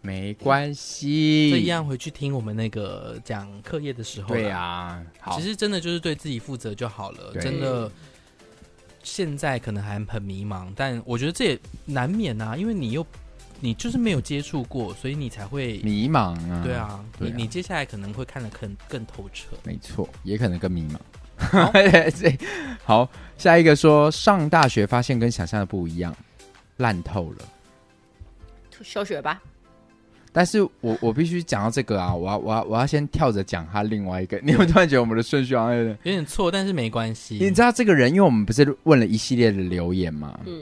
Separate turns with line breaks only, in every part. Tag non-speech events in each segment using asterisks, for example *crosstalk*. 没关系，
这一样回去听我们那个讲课业的时候啦，
对啊，好，
其实真的就是对自己负责就好了。
对
真的，现在可能还很迷茫，但我觉得这也难免啊，因为你又你就是没有接触过，所以你才会
迷茫啊，
对，啊，
对啊
你你接下来可能会看得更更透彻。
没错，也可能更迷 *laughs* 茫。这好，下一个说上大学发现跟想象的不一样，烂透了。
休学吧，
但是我我必须讲到这个啊，我要我要我要先跳着讲他另外一个，你有没有突然觉得我们的顺序好像有点？
有点错，但是没关系。
你知道这个人，因为我们不是问了一系列的留言嘛，
嗯，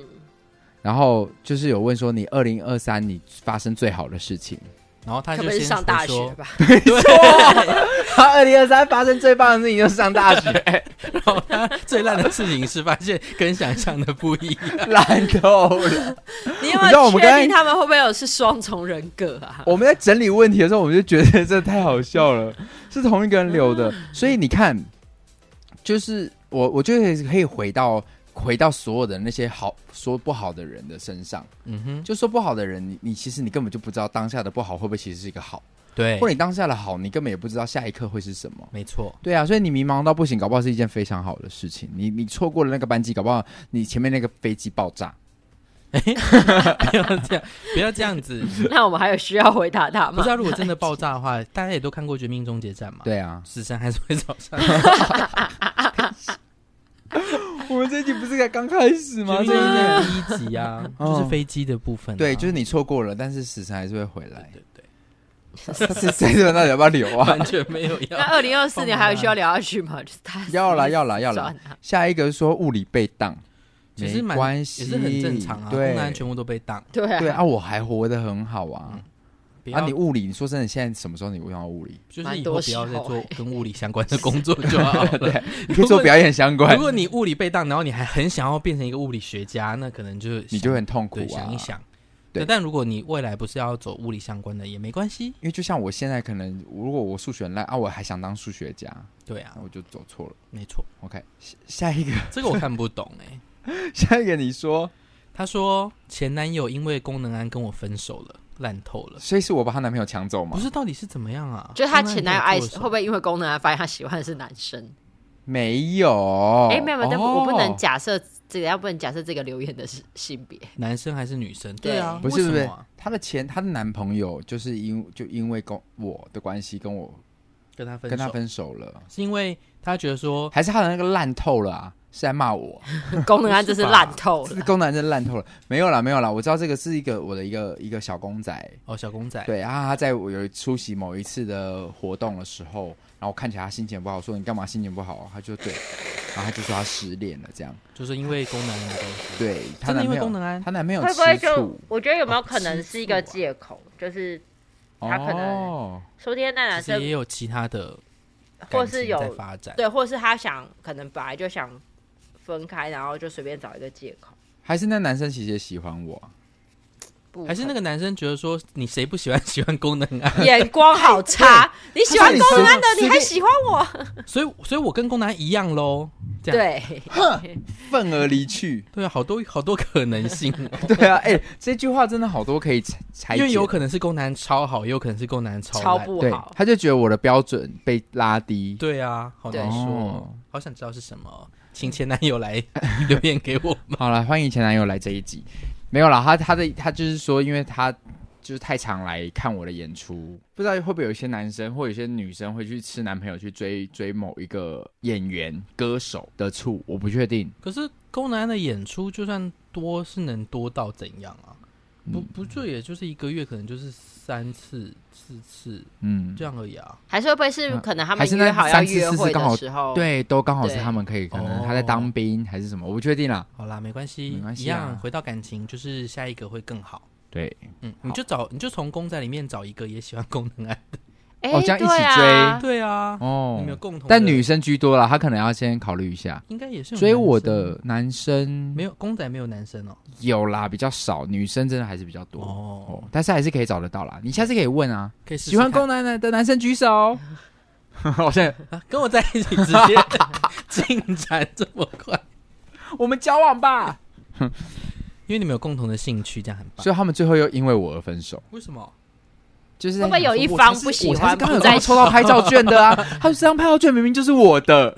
然后就是有问说你二零二三你发生最好的事情，
然后他
他
就
们嗯
先
是上大
说
学，吧？
*laughs* 他二零二三发生最棒的事情就是上大学，
*laughs* 然后他最烂的事情是发现跟想象的不一样。
烂透了。
你有
你
没
知道我
有
们
确
刚才
定他们会不会有是双重人格啊？ *laughs*
我们在整理问题的时候，我们就觉得这太好笑了，是同一个人留的，所以你看，就是我我觉得可以回到回到所有的那些好说不好的人的身上。
嗯哼，
就说不好的人，你你其实你根本就不知道当下的不好会不会其实是一个好，
对
或，者你当下的好，你根本也不知道下一刻会是什么。
没错，
对啊，所以你迷茫到不行，搞不好是一件非常好的事情。你你错过了那个班机，搞不好你前面那个飞机爆
啊
炸。
不要这样， *laughs* 不要这样
*laughs*
子。
那我们还有需要回答他
不
吗
知？道如果真的爆炸的话，大家也都看过《绝命终结战》嘛？，
对啊，
死神还是会找
*laughs*
上。
我们这集不是才刚开始
绝命终结战的第一集啊，
哦
就是飞机的部分啊。
对，就是你错过了，但是死神还是会回来。
对对，
*laughs* 死神到底要不要留啊？
完全没有
那
*laughs*
要。
二零二四年还有需要聊下去吗？ *laughs* 就是他
要啦要啦要啦
算！
下一个说物理被当，
其实
没
蛮
关系，
也是很正常啊，
对
空难全部都被挡。
对啊，
对啊，我还活得很好啊。
嗯不
啊，
要
你，物理，你说真的，现在什么时候你用到物理？
*laughs* 就是
蛮
以后
多
不要
时
再
候
做
欸
跟物理相关的工
*laughs*
作就好了。
你可以做表演相关
如，果你物理被当，然后你还很想要变成一个物理学家，那可能就是
你就会很痛苦
对
啊
想。一想。
对
对，但如果你未来不是要走物理相关的，也没关系。
因为就像我现在可能，如果我数学很烂啊，我还想当数学家，
对啊
那，我就走错了。
没错，
OK，下下一个， *laughs*
这个我看不懂哎、
下一个你说，
他说前男友因为功能胺跟我分手了，烂透了。
所以是我把她男朋友抢走吗
不？是，到底是怎么样啊？
就是他前男友爱
功能胺
会
跟我做了什么
不会因为功能而发现他喜欢的是男生？
没有，
哎，没有，没有但我不能
哦。
假设这个，要不能假设这个留言的是性别。
男生还是女生？对啊，
不是
为
不
什
是
么啊，
她的前她的男朋友就是因就因为跟我的关系跟我
跟他分手，
跟她分手了，
是因为他觉得说
还是她的那个烂透了啊？是在骂我？ *laughs*
功能安啊真是烂透
这
了。
功男真烂透了，没有啦，没有啦，我知道这个是一个我的一个一个小公仔，
哦，小公仔，
对啊，他在我有出席某一次的活动的时候，然后我看起来他心情不好，我说你干嘛心情不好、他就对，然后他就说他失恋了，这样，
就是因为功能胺的关系。
对，她
真的
男
因
朋
为功
友，
能胺
她男朋友
会不会
吃
就
醋，
我觉得有没有
哦
可能
吃
是一个
醋啊
借口，就是他可能
哦，
说今天那男
其实也
生，
有其他的
或
感
是
情
有
在发展。
对，或是他想可能本来就想分开，然后就随便找一个借口，
还是那男生其实也喜欢我啊，
不
还是那
可
个男生觉得说你谁不喜欢喜欢功能
*laughs*
啊？
眼光好差，你喜欢
他说你
功能安的，
随
你还喜欢
*laughs*
我？
所以所以我跟功能安一样喽。这样
对，
愤而离
*laughs*
去，
对啊，好多好多可能
*laughs*
性哦，
对啊，哎、这句话真的好多可以拆拆
因为
解
有可能是功能安超好，也有可能是功能安超
超
烂
不
对
好，。
他就觉得我的标准被拉低，
对啊，好难
对
说
哦
哦，好想知道是什么，请前男友来 *laughs* 留言给我们。
好了，欢迎前男友来这一集。没有啦，他他的他就是说，因为他就是太常来看我的演出，不知道会不会有一些男生或有一些女生会去吃男朋友去追追某一个演员歌手的醋，我不确定。
可是功能安的演出就算多是能多到怎样啊？不不就也就是一个月可能就是三次四次
嗯
这，样而已啊。
还是会不会是
嗯
可能他
还
们
是那
约好要
三次
约
四次
会
刚好
的时候，，
对，都刚好是
对
他们可以，可能
哦
他在当兵还是什么，我不确定啦。
好啦，没关系，
没关系啊
一样回到感情，就是下一个会更好。
对，
嗯，你就找，你就从公仔里面找一个也喜欢功能安，
哎、
哦这样一起
对啊、
*laughs* 对啊，
哦
你们有，共同的，
但女生居多了，他可能要先考虑一下。
应该也是有
追我
男生
的男生
没有公仔没有男生哦。
有啦，比较少，女生真的还是比较多哦
哦，
但是还是可以找得到啦。你下次可以问啊，
可以试试
喜欢
看
公男的男生举 *laughs* 手。好像
啊跟我在一起，直接 *laughs* 进展这么快，
我们交往吧，
因为你们有共同的兴趣，这样很棒。
所以他们最后又因为我而分手。
为什么？
就是
会不会有一方不喜欢
刚
不
有
在
抽到拍照券的啊，他说这张拍照券明明就是我的，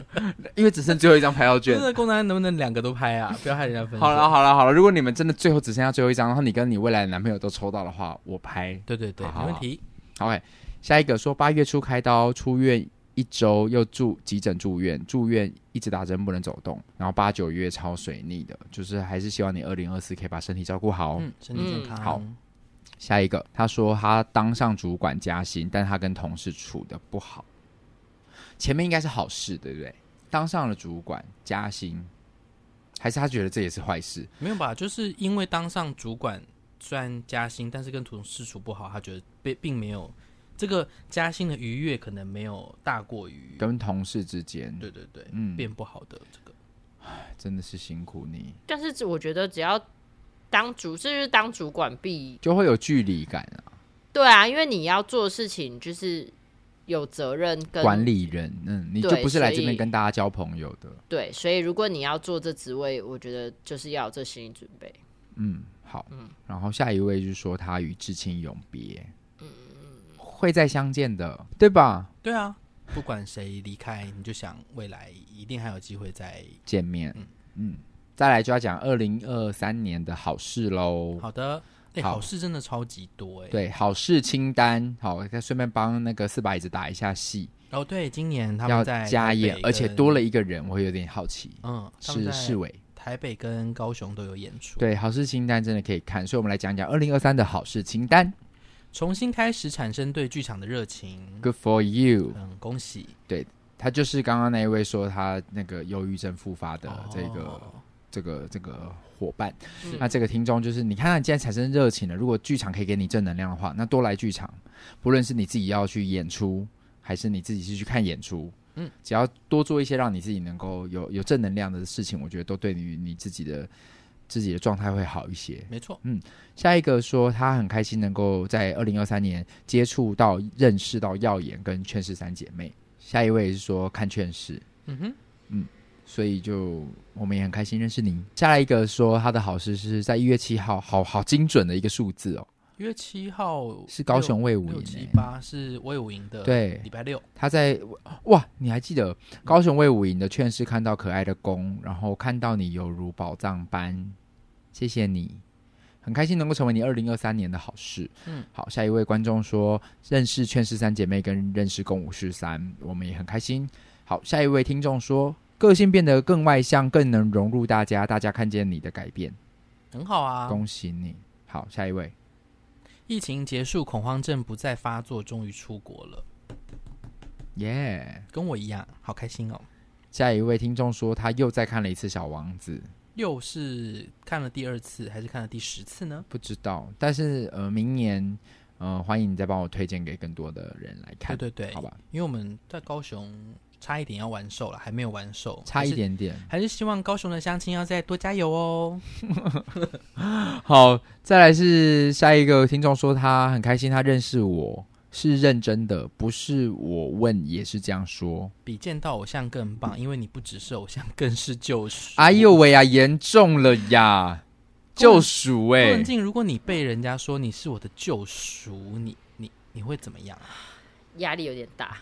因为只剩最后一张拍照券
真。的公男能不能两个都拍 *laughs* 啊？不要害人家分手。
好了，好了好了，如果你们真的最后只剩下最后一张，然后你跟你未来的男朋友都抽到的话，我拍。
对对对，
好
没问题。
好、o 下一个说八月初开刀，出院一周又住急诊住院，住院一直打针不能走动，然后八九月超水逆的，就是还是希望你二零二四可以把身体照顾好。
嗯，身体健康。
好，下一个，他说他当上主管加薪，但他跟同事处的不好。前面应该是好事，对不对？当上了主管加薪，还是他觉得这也是坏事？
没有吧？就是因为当上主管，虽然加薪，但是跟同事处不好，他觉得并并没有这个加薪的愉悦，可能没有大过于
跟同事之间，
对对对，
嗯
变不好的这个。
真的是辛苦你，
但是只我觉得只要当主，这就是当主管必
就会有距离感啊。
对啊，因为你要做的事情就是有责任跟
管理人，嗯，你就
对
不是来这
所
边
以
跟大家交朋友的。
对，所以如果你要做这职位，我觉得就是要有这心理准备。
嗯，好，然后下一位就是说他与至亲永别，嗯会再相见的，对吧？
对啊，不管谁离开，你就想未来一定还有机会再
见面，嗯，再来就要讲二零二三年的好事喽。
好的。哎，
哦好
好事真的超级多哎。，
对，好事清单，好，再顺便帮那个四把椅子打一下戏，
哦对，今年他
要
们在
加
台北
演，
跟
而且多了，一个人，我会有点好奇，
嗯，他们
是
在
世伟。
台北跟高雄都有演出。
对，好事清单真的可以看，所以我们来讲讲二零二三的好事清单。
重新开始产生对剧场的热情。
Good for you，
嗯，恭喜
他就是刚刚那一位说他那个忧郁症复发的这个、
哦
这个这个伙伴。那这个听众就是，你看到你既然产生热情了，如果剧场可以给你正能量的话，那多来剧场，不论是你自己要去演出，还是你自己是去看演出，嗯，只要多做一些让你自己能够有有正能量的事情，我觉得都对于你自己的自己的状态会好一些。
没错。
下一个说他很开心能够在二零二三年接触到、认识到耀眼跟劝世三姐妹。下一位是说看劝世，
嗯哼，
所以就我们也很开心认识您。下来一个说他的好事是在一月七号，好好精准的一个数字哦，
一月七号
是高雄卫武
六
营、
七
欸。
八是魏武营的，，
对
礼，拜六
他在哇，你还记得高雄卫武营的劝世看到可爱的公，然后看到你犹如宝藏般，谢谢你，很开心能够成为你二零二三年的好事。嗯
嗯，
好，下一位观众说认识劝世三姐妹跟认识共舞十三，我们也很开心。好，下一位听众说个性变得更外向，更能融入大家，大家看见你的改变，
很好啊。
恭喜你。好，下一位
疫情结束，恐慌症不再发作，终于出国了，
耶
跟我一样，好开心哦。
下一位听众说他又再看了一次《小王子》。
又是看了第二次还是看了第十次呢？
不知道，但是呃，明年呃，欢迎你再帮我推荐给更多的人来看，
对对对，
好吧，
因为我们在高雄差一点要完售了，还没有完售，
差一点点。
还是，还是希望高雄的乡亲要再多加油哦。
*laughs* 好，再来是下一个听众说他很开心，他认识我是认真的，不是我问也是这样说。
比见到偶像更棒，因为你不只是偶像，更是救赎。
嗯哎呦喂呀，严重了 *laughs* 呀，救赎
杜
哎、
文静，如果你被人家说你是我的救赎，你你你会怎么样啊？
压力有点大，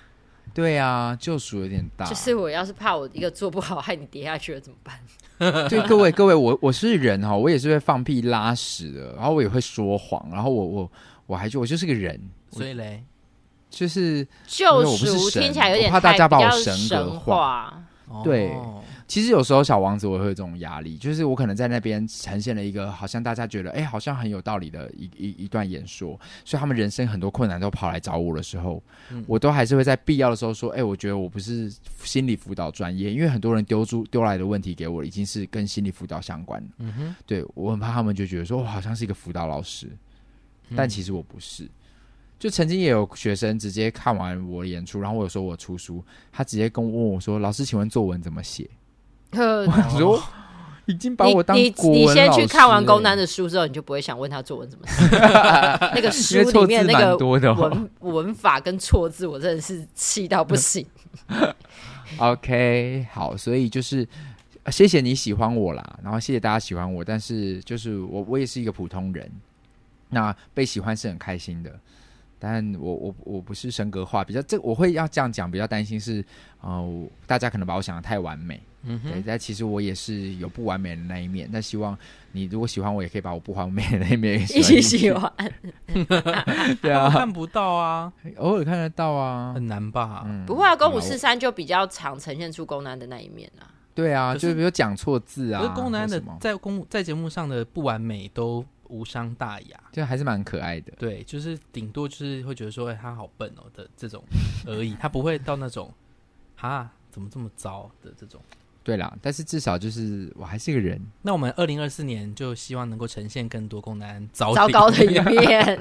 对啊，救赎有点大。 *laughs*
就是我要是怕我一个做不好害你跌下去了怎么办？
对各位各位，我我是人哈、哦，我也是会放屁拉屎的，然后我也会说谎，然后我我我还就我就是个人，
所以嘞，
就是。
救
我不是
赎
神
听起来有点
我怕大
太
家把
比
我
较
神格
神
化
话，
哦
对其实有时候小王子我会有这种压力，就是我可能在那边呈现了一个好像大家觉得哎、诶好像很有道理的一一一段演说，所以他们人生很多困难都跑来找我的时候，
嗯
我都还是会在必要的时候说，哎、我觉得我不是心理辅导专业，因为很多人丢出丢来的问题给我已经是跟心理辅导相关的，
嗯哼，嗯
对我很怕他们就觉得说我好像是一个辅导老师，但其实我不是。就曾经也有学生直接看完我演出，然后我有说我出书，他直接跟我问我说：“老师，请问作文怎么写？”
呵
*laughs* 我
呃
想
哦
说，已经把我当
你
国
你你
文
先
老
去
师
看完宫
欸
南的书之后，你就不会想问他作文怎
*laughs*
么写。那个书
因为错
里
字
面那
蛮
个
多的、哦。
文文法跟错字，我真的是气到不
*laughs*
行。
*laughs* OK，好，所以就是呃谢谢你喜欢我啦，然后谢谢大家喜欢我，但是就是我我也是一个普通人，那被喜欢是很开心的。但我我我不是神格化，比较这我会要这样讲，比较担心是呃，我大家可能把我想的太完美，
嗯
对
哼，，
但其实我也是有不完美的那一面。但希望你如果喜欢我，也可以把我不完美的那一
一
面也欢
起
进
喜
去，嗯
欢，
*laughs* 对
我
啊，
看不到啊，
偶尔看得到啊，
很难吧？
嗯
不会啊，
好
公
啦
五
我
四三就比较常呈现出宫男的那一面啊。
对啊，
可
就是是比如讲错字
可
啊，
是宫南
或
的
什么
在公在节目上的不完美都无伤大雅，
就还是蛮可爱的。
对，就是顶多就是会觉得说，哎、他好笨哦的这种而已，他不会到那种，哈，怎么这么糟的这种。
对啦，但是至少就是我还是个人。
那我们二零二四年就希望能够呈现更多宫南
哦
糟
糟
点
糕的一
*laughs*
面。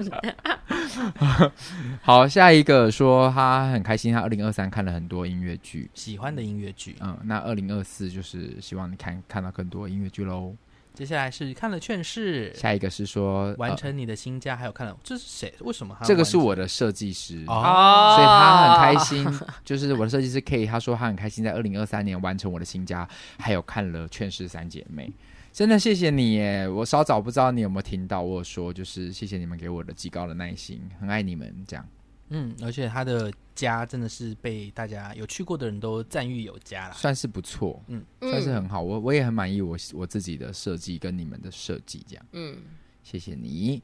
好，下一个说他很开心，他二零二三看了很多音乐剧。
*laughs* 喜欢的音乐剧。
嗯，那二零二四就是希望你看看到更多音乐剧喽。
接下来是看了劝世，
下一个是说
完、
呃
成你的新家，还有看了这是谁？为什么他要
这个是
完
我的设计师
成哦，
哦
所以他很开心，就是我的设计师 K，他说他很开心在二零二三年完成我的新家，还有看了《劝世三姐妹》，真的谢谢你耶！我稍早不知道你有没有听到我有说，就是谢谢你们给我的极高的耐心，很爱你们这样。
嗯，而且他的家真的是被大家有去过的人都赞誉有加啦。
算是不错，
嗯
嗯，算是很好，我我也很满意我我自己的设计跟你们的设计，这样
嗯，
谢谢你。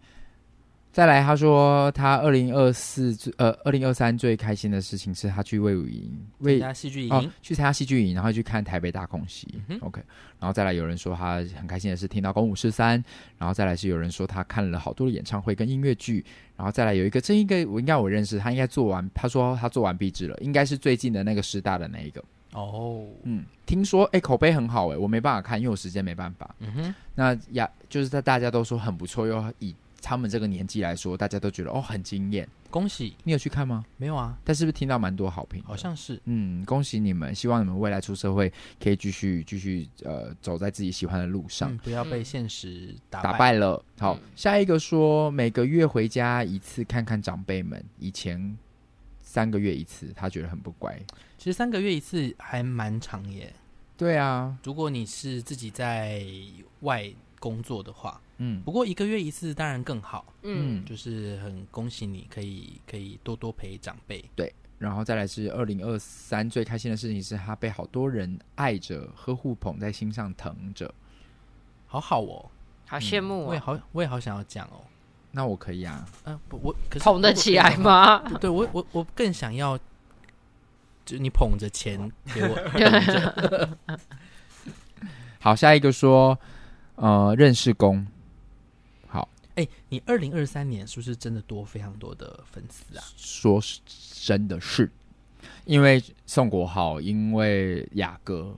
再来，他说他二零二四最呃二零二三最开心的事情是他去魏武营
参
魏
加戏剧
哦
营，
去参加戏剧营，然后去看台北大空袭、
嗯
o k 然后再来有人说他很开心的是听到公五四三，然后再来是有人说他看了好多的演唱会跟音乐剧，然后再来有一个这应该我应该我认识他应该做完他说他做完壁纸了，应该是最近的那个师大的那一个。
哦，
嗯，听说哎、口碑很好哎、我没办法看，因为我时间没办法。
嗯哼，
那呀，就是在大家都说很不错，又以他们这个年纪来说，大家都觉得哦很惊艳。
恭喜，
你有去看吗？
没有啊，
但是不是听到蛮多好评？
好。像是
嗯，恭喜你们！希望你们未来出社会可以继续继续呃走在自己喜欢的路上。
嗯，不要被现实打
打
败。嗯
败了，好，下一个说每个月回家一次看看长辈们，以前三个月一次，他觉得很不乖。
其实三个月一次还蛮长耶。
对啊，
如果你是自己在外工作的话，
嗯
不过一个月一次当然更好，
嗯，
就是很恭喜你可以可以多多陪长辈。
然后再来是二零二三最开心的事情是他被好多人爱着、呵护、捧在心上、疼着。
好好哦，
好羡慕
嗯
我也
哦。
好，我也好想要讲哦。
那我可以啊，
嗯、不，我可是
捧得起来吗？
不对我我我更想要，就你捧着钱
哦
给我， *laughs* 捧着
好，下一个说，呃，认识公，好，
哎、你二零二三年是不是真的多非常多的粉丝啊？
说是真的是，因为宋国豪，因为雅哥，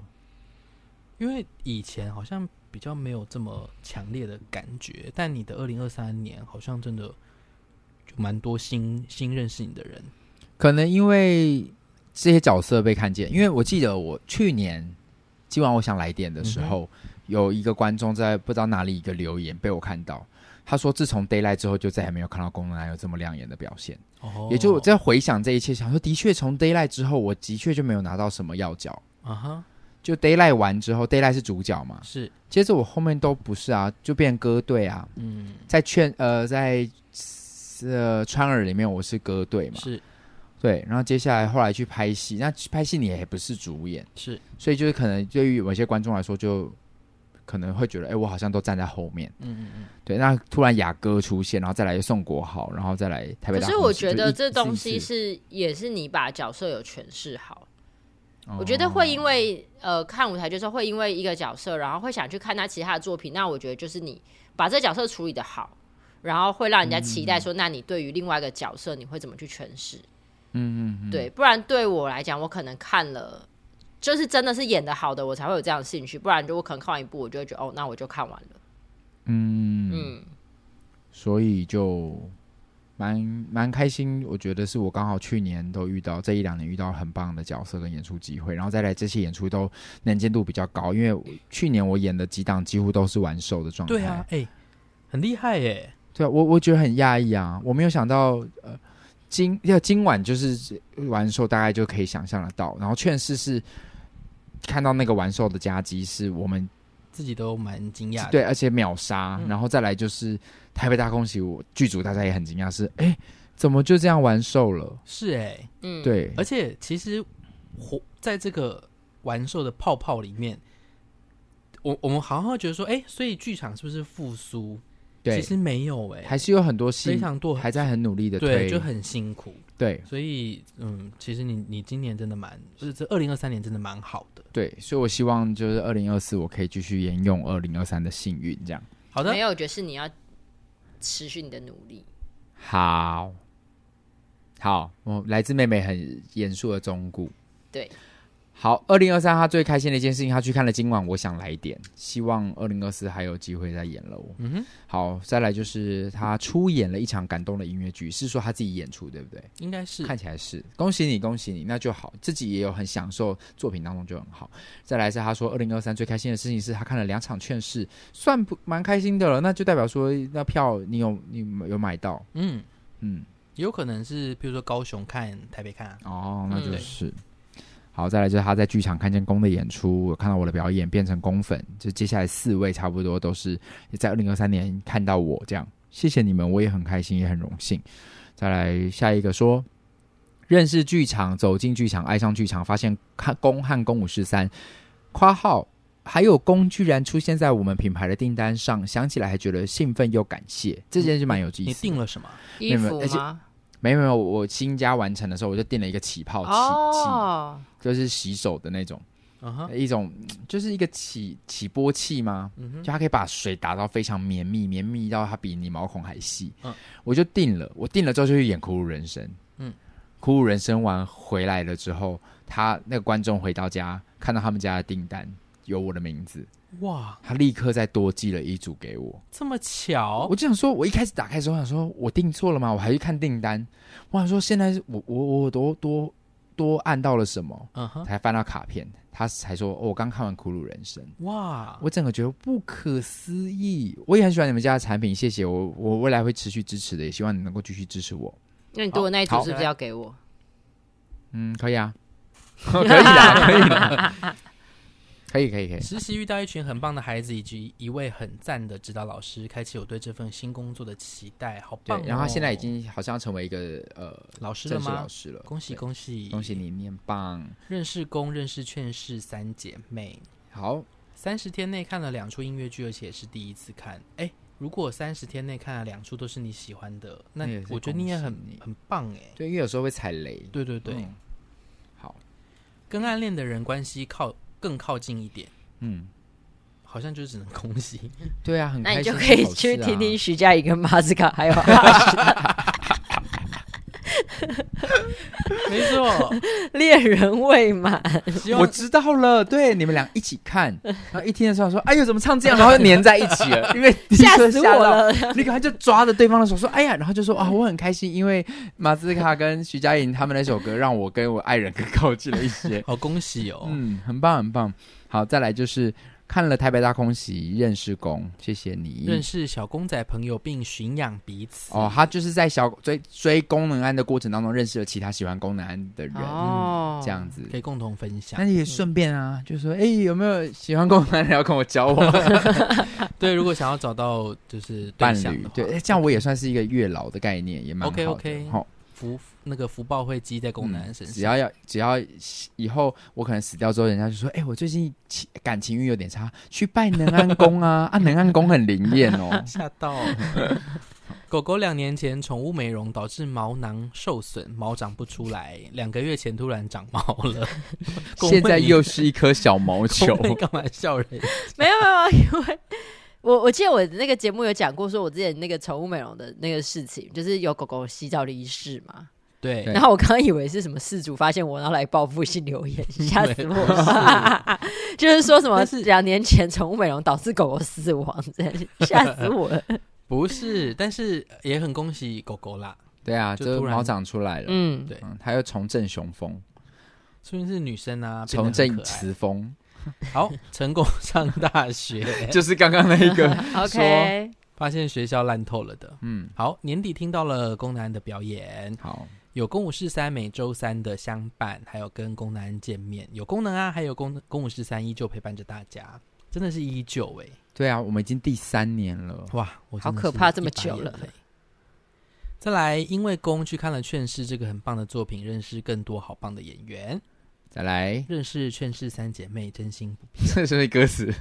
因为以前好像比较没有这么强烈的感觉，但你的二零二三年好像真的就蛮多新新认识你的人。
可能因为这些角色被看见，因为我记得我去年今晚我想来电的时候，有一个观众在不知道哪里一个留言被我看到，他说自从 Daylight 之后就再也没有看到功能男有这么亮眼的表现，
哦
也就我在回想这一切，想说的确从 Daylight 之后，我的确就没有拿到什么要角。
啊哈，
就 Daylight 完之后，Daylight 是主角嘛，
是
接着我后面都不是啊，就变歌队啊，
嗯
在劝呃在呃川儿里面我是歌队嘛，
是
对，然后接下来后来去拍戏，那去拍戏你也不是主演，
是
所以就是可能对于某些观众来说，就可能会觉得，哎、我好像都站在后面。
嗯嗯嗯，
对，那突然雅哥出现，然后再来宋国豪，然后再来台北
可
大空袭。
是我觉
就
得
一
这东西
一次
是也是你把角色有诠释好。
哦
我觉得会因为呃看舞台就是会因为一个角色，然后会想去看他其他的作品。那我觉得就是你把这角色处理的好，然后会让人家
嗯
期待说，那你对于另外一个角色你会怎么去诠释？
嗯嗯嗯，
对，不然对我来讲，我可能看了就是真的是演的好的，我才会有这样的兴趣。不然就我可能看完一部，我就会觉得哦，那我就看完了。
嗯，
嗯，
所以就蛮蛮开心，我觉得是我刚好去年都遇到这一两年遇到很棒的角色跟演出机会，然后再来这些演出都能见度比较高，因为我去年我演的几档几乎都是玩手的状态。
对啊，，哎、很厉害哎、
对啊，我我觉得很讶异啊，我没有想到，呃，今要今晚就是玩兽，大概就可以想象得到。然后劝世是看到那个玩兽的夹击，是我们
自己都蛮惊讶的。
对，而且秒杀。
嗯
然后再来就是台北大空袭，我剧组大家也很惊讶，是哎、怎么就这样玩兽了？
是哎、
嗯，，
对，
而且其实活在这个玩兽的泡泡里面，我我们好像会觉得说，哎、所以剧场是不是复苏？
对
其，实没有哎、
还是有很多
非
戏
常多，
还在很努力的推，
对，就很辛苦。
对
所以嗯，其实你你今年真的蛮，就是这二零二三年真的蛮好的。
对，所以我希望就是二零二四，我可以继续沿用二零二三的幸运，这样
好的
没，有，我觉得是你要持续你的努力。
好。好，我哦来自妹妹很严肃的忠告。
对，
好，二零二三她最开心的一件事情，她去看了今晚我想来点，希望二零二四还有机会再演喽。
嗯哼，
好，再来就是她出演了一场感动的音乐剧，是说她自己演出对不对？
应该是
看起来是，恭喜你，恭喜你，那就好，自己也有很享受作品当中就很好。再来是他说，二零二三最开心的事情是他看了两场劝世，算不蛮开心的了，那就代表说那票你有你有买到，
嗯，
嗯，
有可能是比如说高雄看台北看啊，
哦，那
嗯
就是。好，再来就是他在剧场看见公的演出，有看到我的表演，变成公粉。就接下来四位差不多都是在二零二三年看到我这样，谢谢你们，我也很开心，也很荣幸。再来下一个说，认识剧场，走进剧场，爱上剧场，发现看公和公五十三（括号）还有公居然出现在我们品牌的订单上，想起来还觉得兴奋又感谢，这件事蛮有意思
嗯
的。
你定了什么？
衣
没有
服
而且
吗？
没有没有，我新家完成的时候我就订了一个起泡器，
哦，
器就是洗手的那种，
嗯哼，
一种就是一个起起波器吗？
嗯哼
就它可以把水打到非常绵密，绵密到它比你毛孔还细。
嗯
我就订了，我订了之后就去演《苦鲁人生》。嗯
嗯，
《苦鲁人生》完回来了之后，他那个观众回到家，看到他们家的订单有我的名字，
哇，
他立刻再多寄了一组给我。
这么巧
我，就想说，我一开始打开的时候我想说，我订错了吗？我还去看订单，我想说现在是我我我多多多按到了什么，
嗯哼，
才翻到卡片，他才说、哦我刚看完《苦鲁人生》，
哇，
我整个觉得不可思议。我也很喜欢你们家的产品，谢谢我，我未来会持续支持的，也希望你能够继续支持我。
那你多的那一组
好
是不是要给我？
嗯，可
*laughs*
以啊，可以啦，可以啦，可以可以可以。
实习遇到一群很棒的孩子，以及一位很赞的指导老师，开启我对这份新工作的期待。好
对
棒、哦！，
然后他现在已经好像要成为一个呃
老师了
正式
吗
老？师了，
恭喜
对
恭喜
恭喜！你，你很棒。
认识公，认识劝世三姐妹，
好，
三十天内看了两出音乐剧，而且也是第一次看。哎，如果三十天内看了两出都是你喜欢的，那
那也是
我觉得你也很
恭喜你
很棒哎。
对，因为有时候会踩雷。
对对对，
嗯好，
跟暗恋的人关系靠更靠近一点，
嗯，
好像就只能恭
*laughs*
喜。
对啊，很
那
开
你
心
就
的好事啊、
可以去听听徐佳莹跟马斯卡，还有啊
没错，
恋人未满。
希望
我知道了，对，你们俩一起看，然后一听的时候说：“哎呦，怎么唱这
*laughs*
样？”然后就粘在一起了，因为
*laughs* 吓死我了！
你赶快就抓着对方的手说：“哎呀！”然后就说：“啊，我很开心，因为马自卡跟徐佳莹他们那首歌让我跟我爱人更靠近了一
*laughs*
些。
好恭喜哦！
嗯，很棒，很棒。好，再来就是看了《台北大空袭》，认识公，谢谢你，
认识小公仔朋友并驯养彼此。
哦，他就是在小追追功能安的过程当中，认识了其他喜欢功能安的人，
哦
这样子。
可以共同分
那
享。
也顺便啊，就说哎、有没有喜欢功能安的要跟我交
嗯
*laughs* 往
对，如果想要找到就是对
伴
象
侣
的？话
对，哎这样我也算是一个月老的概念，也蛮好的。
OK，OK
好，
福那个福报会积在
嗯
公男身
只
上。。
要要只要以后我可能死掉之后，人家就说，哎、我最近情感情运有点差，去拜能安宫啊，啊，能安宫很灵验哦
*laughs* 吓到！哦
*laughs*
狗狗两年前宠物美容导致毛囊受损，毛长不出来。两个月前突然长毛
*laughs*
了，公
现在
会你
又是一颗小毛球
公，会 *laughs* 干嘛笑人？
没有没有，没有因为我 *laughs* 我记得我那个节目有讲过，说我之前那个宠物美容的那个事情，就是有狗狗洗澡离世嘛。
对，
对
然后我刚刚以为是什么事主发现我，然后来报复性留言，吓死我了！ *laughs* 就是说什么两年前宠物美容导致狗狗死亡，这样吓死我了。
不是，但是也很恭喜狗狗啦。
对啊，
就
就
突然
毛长出来了。嗯
嗯，
对
他又重振雄风，
说明是女生啊，变
重
得很
振
可爱。
雌风，
好，成功上大学，
就是刚刚那一
*laughs*
个。
OK，
发现学校烂透了的。
嗯，
好，年底听到了龚南的表演，
好，
有公五十三每周三的相伴，还有跟龚南见面，有功能啊，还有公公五十三依旧陪伴着大家，真的是依旧哎、
对啊，我们已经第三年了。
哇，我真的
好可
是
怕
一
这么
把
久
眼
了
泪。再来，因为公去看了《劝世》这个很棒的作品，认识更多好棒的演员，
再来，
认识《劝世》三姐妹，真心不
*laughs*
变。
这是歌词。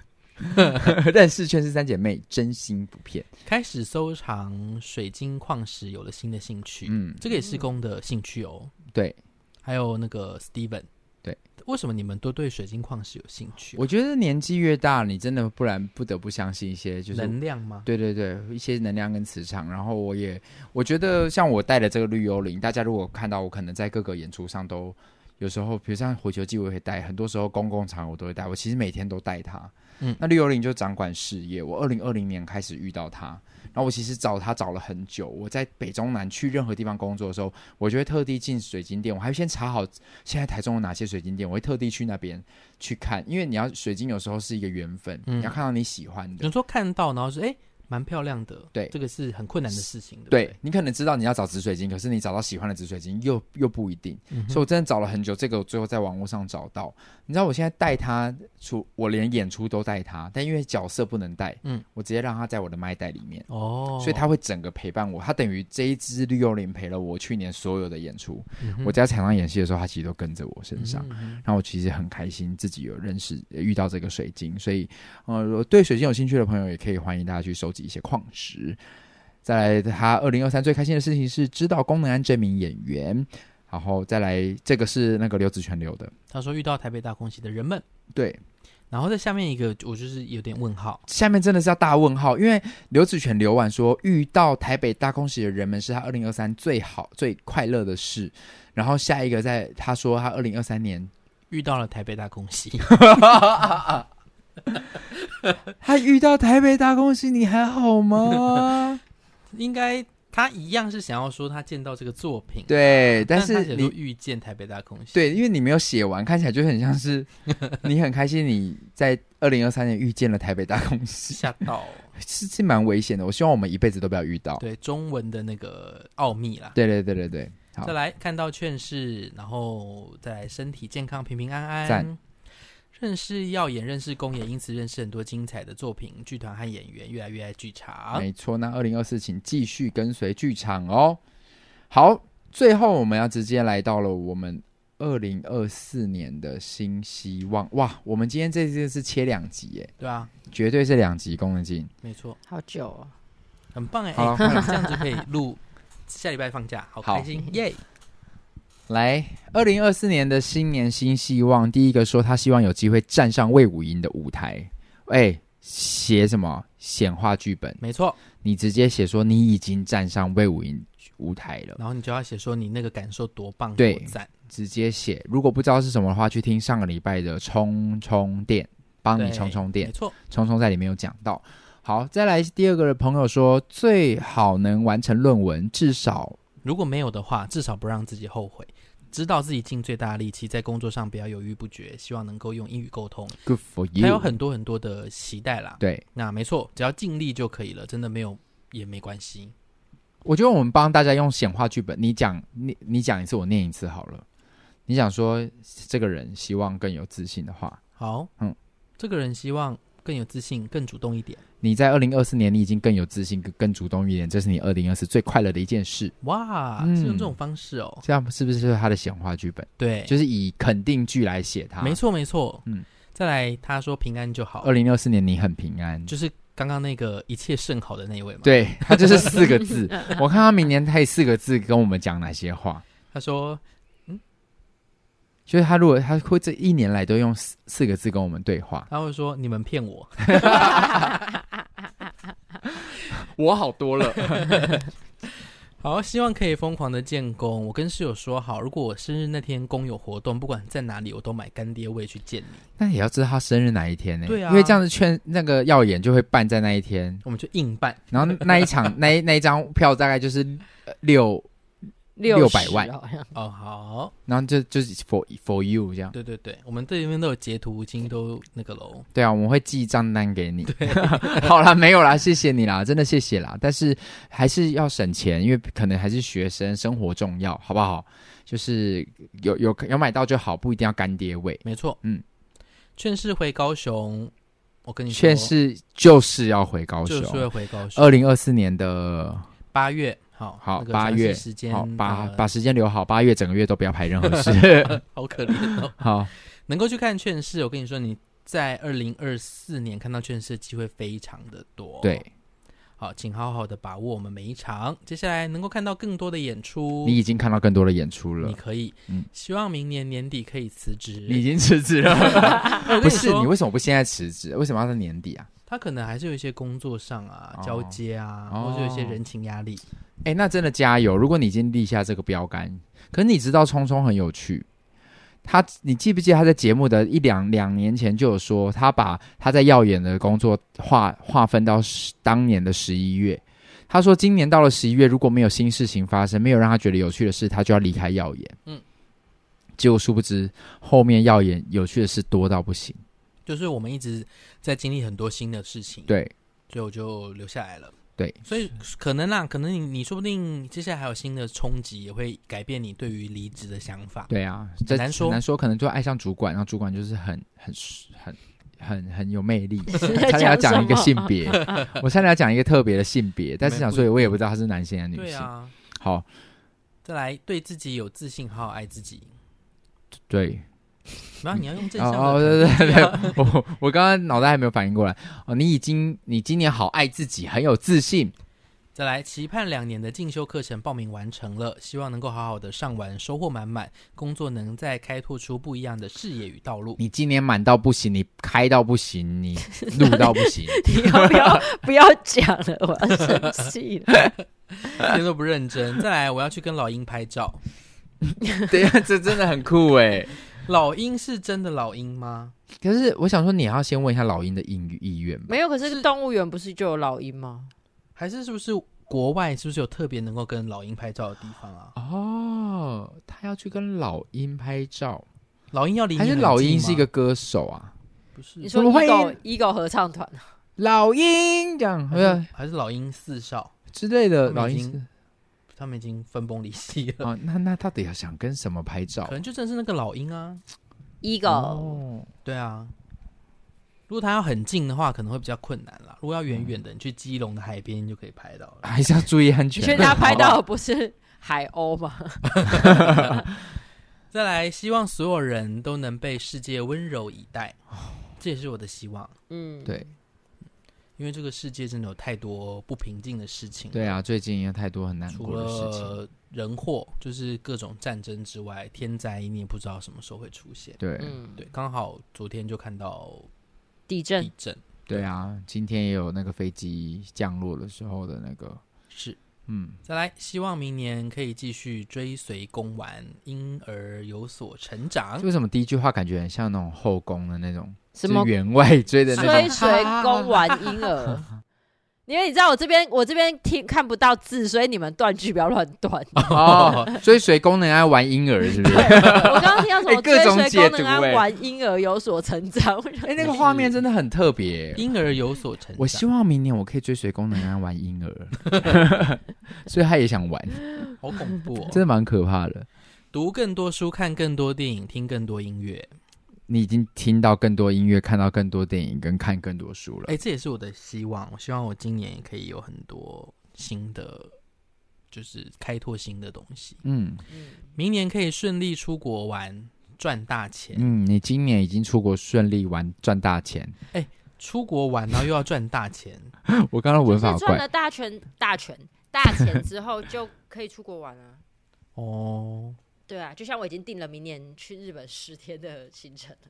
认识圈是三姐妹，真心不骗。
开始收藏水晶矿石，有了新的兴趣。
嗯，
这个也是公的兴趣哦。
对，
还有那个 Steven，
对，
为什么你们都对水晶矿石有兴趣啊？
我觉得年纪越大，你真的不然不得不相信一些就是
能量吗？
对对对，一些能量跟磁场。然后我也我觉得，像我带的这个绿幽灵，大家如果看到我，可能在各个演出上都有时候，比如像火球季我也会带，很多时候公共场合我都会带。我其实每天都带它。
嗯
那绿幽灵就掌管事业。我二零二零年开始遇到它，然后我其实找它找了很久。我在北中南去任何地方工作的时候，我就会特地进水晶店，我还会先查好现在台中有哪些水晶店，我会特地去那边去看，因为你要水晶有时候是一个缘分，
嗯
你要看到你喜欢的
有。时候看到，然后说，哎、蛮漂亮的，
对
这个是很困难的事情，对不
对
对？
你可能知道你要找紫水晶，可是你找到喜欢的紫水晶又又不一定，
嗯哼
所以我真的找了很久，这个我最后在网络上找到。你知道我现在带它出，我连演出都带它，但因为角色不能带，嗯
嗯，
我直接让它在我的麦袋里面，
哦，
所以它会整个陪伴我。它等于这一只绿幽灵陪了我去年所有的演出，
嗯哼
我在场上演戏的时候，它其实都跟着我身上。
嗯哼
然后我其实很开心自己有认识呃遇到这个水晶，所以呃，如果对水晶有兴趣的朋友，也可以欢迎大家去收集一些矿石。再来，他二零二三最开心的事情是知道功能安这名演员，然后再来这个是那个刘子全留的，
他说遇到台北大空袭的人们，
对，
然后在下面一个我就是有点问号，
下面真的是要大问号，因为刘子全留完说遇到台北大空袭的人们是他二零二三最好最快乐的事，然后下一个在他说他二零二三年
遇到了台北大空
*laughs*
袭，
他遇到台北大空袭，你还好 *laughs* 吗？
应该他一样是想要说他见到这个作品，，
对，但
他
是
写说
你
遇见台北大空袭，
对，因为你没有写完，看起来就很
*laughs*
像是你很开心，你在二零二三年遇见了台北大空袭，
吓到，哦
是是蛮危险的。我希望我们一辈子都不要遇到。
对中文的那个奥秘啦。
对对对对对，好
再，来看到劝世，然后再来身体健康、平平安
赞
安。认识耀眼，认识公也因此认识很多精彩的作品、剧团和演员，越来越爱剧场。
没错。那二零二四请继续跟随剧场哦。好，最后我们要直接来到了我们二零二四年的新希望。哇，我们今天这次是切两集耶，
对啊，
绝对是两集功能镜。
没错，
好久哦，
很棒哎、
好
欸！
啊
看这样子可以录，下礼拜放假，好
好
开心耶
来，二零二四年的新年新希望，第一个说他希望有机会站上魏武营的舞台。哎，写什么显化剧本？
没错，
你直接写说你已经站上魏武营舞台了，
然后你就要写说你那个感受多棒，
对
多赞，
直接写。如果不知道是什么的话，去听上个礼拜的充充电，帮你
对
充充电
没。错，
聪聪在里面有讲到。好，再来第二个的朋友说，最好能完成论文，至少
如果没有的话，至少不让自己后悔，知道自己尽最大的力气，在工作上不要犹豫不决，希望能够用英语沟通。
good for
还有
you。
很多很多的期待啦，
对，
那没错，只要尽力就可以了，真的没有也没关系。
我觉得我们帮大家用显化剧本，你讲你你讲一次，我念一次好了。你想说这个人希望更有自信的话，
好，
嗯
嗯，这个人希望更有自信，更主动一点。
你在二零二四年你已经更有自信、更更主动一点，这是你二零二四最快乐的一件事。
哇，
嗯
是用这种方式哦。
这样是不是就是他的显化剧本？
对，
就是以肯定句来写他。
没，错没错。
嗯呃
嗯，再来他说平安就好
二，零二四年你很平安。
就是刚刚那个一切甚好的那一位嘛。， *laughs*
对他就是四个字，我看他明年他以四个字跟我们讲哪些话。
他说
就是他如果他会这一年来都用四四个字跟我们对话，
他会说你们骗我，
*laughs* 我好多了。
*laughs* 好，希望可以疯狂的建工。我跟室友说好，如果我生日那天工有活动，不管在哪里，我都买干爹位去见你。
那也要知道他生日哪一天呢、
对啊
因为这样子劝那个耀眼就会办在那一天，
*laughs* 我们就硬办，
然后那一场那一那一张票大概就是呃六六百万
60好像 *laughs*
哦，好，
然后就就是 for for you 这样。
对对对，我们这边都有截图，已经都那个喽。
对啊，我们会寄账单给你。 *laughs* 好啦，没有啦，谢谢你啦，真的谢谢啦。但是还是要省钱，因为可能还是学生，生活重要，好不好？就是有有有买到就好，不一定要干爹味。
没错，
嗯，
劝世回高雄，我跟你说，
劝世就是要回高
就是会
雄。
回高雄，
二零二四年的
八月，好，
好
那个
八月
详细时间，
好，把
呃
把时间留好，八月整个月都不要排任何
*laughs*
事。
好可怜哦。
好，
能够去看劝世，我跟你说，你在二零二四年看到劝世的机会非常的多。
对，
好，请好好的把握我们每一场，接下来能够看到更多的演出。
你已经看到更多的演出了
哦你，可以，
嗯
希望明年年底可以辞职。
你已经辞职
*laughs*
了。
哎我
不
跟你
是
说
你为什么不现在辞职？为什么要在年底啊？
他可能还是有一些工作上啊、
哦
交接啊，
哦
或者有一些人情压力。
哎、那真的加油！如果你已经立下这个标杆，可是你知道聪聪很有趣，他你记不记得他在节目的一两两年前就有说，他把他在耀眼的工作划划分到十当年的十一月。他说，今年到了十一月，如果没有新事情发生，没有让他觉得有趣的事，他就要离开耀眼。嗯
嗯，
结果殊不知，后面耀眼有趣的事多到不行。
就是我们一直在经历很多新的事情，，
对，
所以我就留下来了。
对，
所以可能啦，可能你你说不定接下来还有新的冲击，也会改变你对于离职的想法。
对啊，
很难说
难说，可能就爱上主管，然后主管就是很很很很很有魅
*laughs*
力，
在
差点要
讲
讲一
什
个
么
性
*laughs*
别，我差点要讲一个特别的性别，但是
没
想
不
说我也不知道他是男性还是女
对
性。
啊，
好，
再来对自己有自信，好好爱自己。
对，
然后你要用正
哦
向的、
哦
*laughs*
对对对，我我刚刚脑袋还没有反应过来。哦，你已经你今年好爱自己，很有自信。
再来，期盼两年的进修课程报名完成了，希望能够好好的上完，收获满满，工作能再开拓出不一样的视野与道
*laughs*
路。
你今年满到不行，你开到不行，你录到不
*laughs*
行。
你要不要不要讲了？我要生气了。
一点都不认真。再来，我要去跟老鹰拍照。
对啊，这真的很酷哎。
老鹰是真的老鹰吗？
可是我想说，你要先问一下老鹰的意意愿吧。
*laughs* 没有，可是动物园不是就有老鹰吗？
还是是不是国外是不是有特别能够跟老鹰拍照的地方啊？
哦，他要去跟老鹰拍照，
老鹰要离你
还是
很
老
近
鹰
吗
是一个歌手啊？
不是？
*laughs*
你
怎
说
么会
ego ego 合唱团啊
老鹰这样，
还
呃
是还是老鹰四少？
之类的，
他们
老鹰
已经
是
他们已经分崩离析
*laughs*
了，
哦，那那他到底要想跟什么拍照
可？能就真的是那个老鹰啊。
哦
ego
哦
对啊，如果他要很近的话，可能会比较困难啦。如果要远
嗯
远的，你去基隆的海边就可以拍到了。
还是要注意安
你
全。
确定他拍到的不是海鸥吗？
*laughs*
再来，希望所有人都能被世界温柔以待，
哦
这也是我的希望。
嗯，
对
因为这个世界真的有太多不平静的事情。
*laughs* 对啊，最近有太多很难
除
过的事
呃
情。
了人祸，就是各种战争之外，天灾你也不知道什么时候会出现。
对、
嗯，
对，刚好昨天就看到
地
地
震，
震，
对啊，今天也有那个飞机降落的时候的那个，
是。
嗯，
再来，希望明年可以继续追随公丸，因而有所成长。
为什么第一句话感觉很像那种后宫的那种，
啊什么
就是员外追的那
追
种？
随公玩
*laughs*
婴儿。因为你知道我这边我这边听看不到字，所以你们断句不要乱
*laughs*
断。 *laughs*
哦，追随宫人爱玩婴儿是不 *laughs* 是？
我刚刚听到什
哎
么
各
追
种
随功
解读
能安
哎
玩婴儿有所成长，我
*laughs*
想
哎、那个画面真的很特别、
因而有所成长，
我希望明年我可以追随功能安玩婴儿，
*laughs*
所以他也想玩，
好恐怖
*laughs*
哦！
真的蛮可怕的。
读更多书，看更多电影，听更多音乐。
你已经听到更多音乐，看到更多电影，跟看更多书了。
哎、这也是我的希望。我希望我今年也可以有很多新的，就是开拓新的东西。
嗯
明年可以顺利出国玩，赚大钱。
嗯，你今年已经出国顺利玩赚大钱。
出国玩，然后又要赚大钱，
我刚刚文法
就是
好怪，
赚了大权大权大钱之后就可以出国
*laughs*
玩啊。
哦，
对啊，就像我已经订了明年去日本十天的行程了，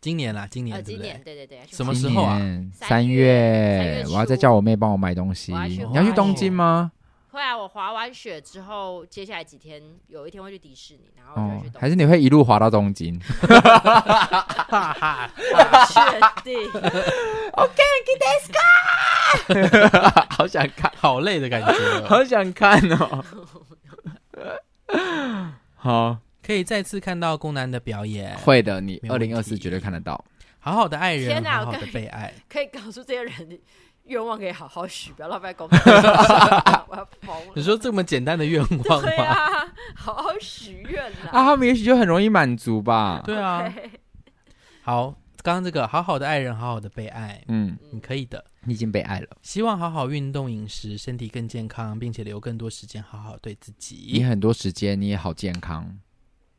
今年啦，今年、
呃，
对
今
不对？*laughs*
年对对对，去
什么
玩
时候啊
今年三
三月
月
三月，初
我要再叫我妹帮我买东西。
我要去
你要去
滑
东
雪
京吗？
会啊，我滑完雪之后，接下来几天有一天会去迪士尼，然后我就
哦
会去，东
还是你会一路滑到东
*laughs*
京？
京。确定？
好想看， *laughs*
好累的感觉哦。
*laughs*
好想看哦！ *laughs* 好，
可以再次看到宫南的表演。
会的，你
没
二
问题
零二四绝对看得到。
好好的爱人
天，哪
好好
我
的
跟
被爱。
*laughs* 可以告诉这些人，愿望可以好好许，不要浪费公司的 *laughs* 时间我要疯了。
你说这么简单的愿望
*laughs* 对
吗？
啊，好好许愿
啊，
呐。
他们也许就很容易满足吧。
对
*laughs*
啊，好，刚刚这个好好的爱人，好好的被爱，
嗯，
你可以的。
你已经被爱了，
希望好好运动、饮食，身体更健康，并且留更多时间好好对自
你
己，
很多时间，你也好健康。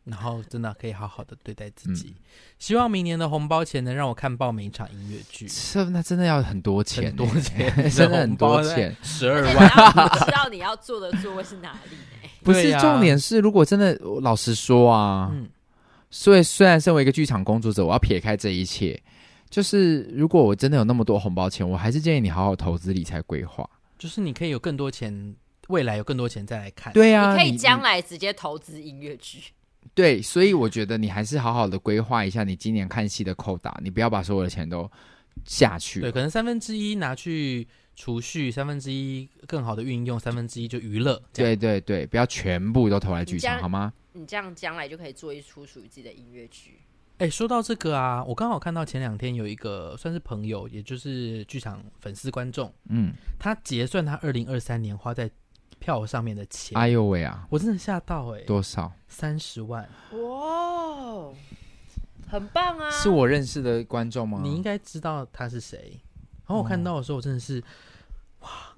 然后真的可以好好的对待自
嗯
己。希望明年的红包钱能让我看爆每一场音乐剧，
这那真的要很多钱欸，
很多钱，
真的很多钱。，
十二
而且
万。
你要知道你要做的座位是哪里呢？
*laughs* 不是
对啊
重点是，如果真的，我老实说啊，
嗯，
所以虽然身为一个剧场工作者，我要撇开这一切，就是如果我真的有那么多红包钱，我还是建议你好好投资理财规划。
就是你可以有更多钱，未来有更多钱再来看。，
对啊，
你可以
你
将来直接投资音乐剧。
对，所以我觉得你还是好好的规划一下你今年看戏的扣打，你不要把所有的钱都下去。
对，可能三分之一拿去储蓄，三分之一更好的运用，三分之一就娱乐。这样
对对对，不要全部都投来剧
你这
场
样
好吗？
你这样将来就可以做一出属于自己的音乐剧。
哎，说到这个啊，我刚好看到前两天有一个算是朋友，也就是剧场粉丝观众，
嗯，
他结算他二零二三年花在票上面的钱，
哎呦喂啊，
我真的吓到哎、欸，
多少？
三十万，
哇，哦很棒啊！
是我认识的观众吗？
你应该知道他是谁。然后我
哦
看到的时候，我真的是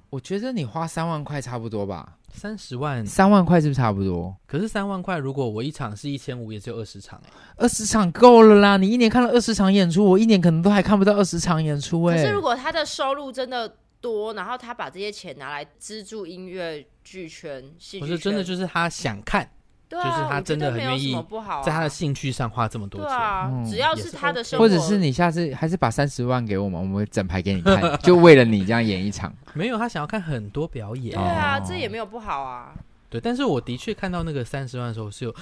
我觉得你花三万块差不多吧，
三十万，
嗯三万块是不是差不多？
可是三万块，如果我一场是一千五，也只有二十场哎、
二十场够了啦！你一年看了二十场演出，我一年可能都还看不到二十场演出哎、
可
欸
是如果他的收入真的多，然后他把这些钱拿来资助音乐剧圈、戏
我
剧
是
圈，
真的就是他想看，
对啊，
就是他
我觉
真的
得
很
没有
愿意
什么不好啊、
在他的兴趣上花这么多
对
钱，
啊，
嗯
只要
也
是
是
他的
OK
生活，
或者是你下次还是把三十万给我们，我们整排给你 *laughs* 看，就为了你这样演一 *laughs* 场。
没有他想要看很多表演
对，啊，
哦
这也没有不好啊。
对。但是我的确看到那个三十万的时候是有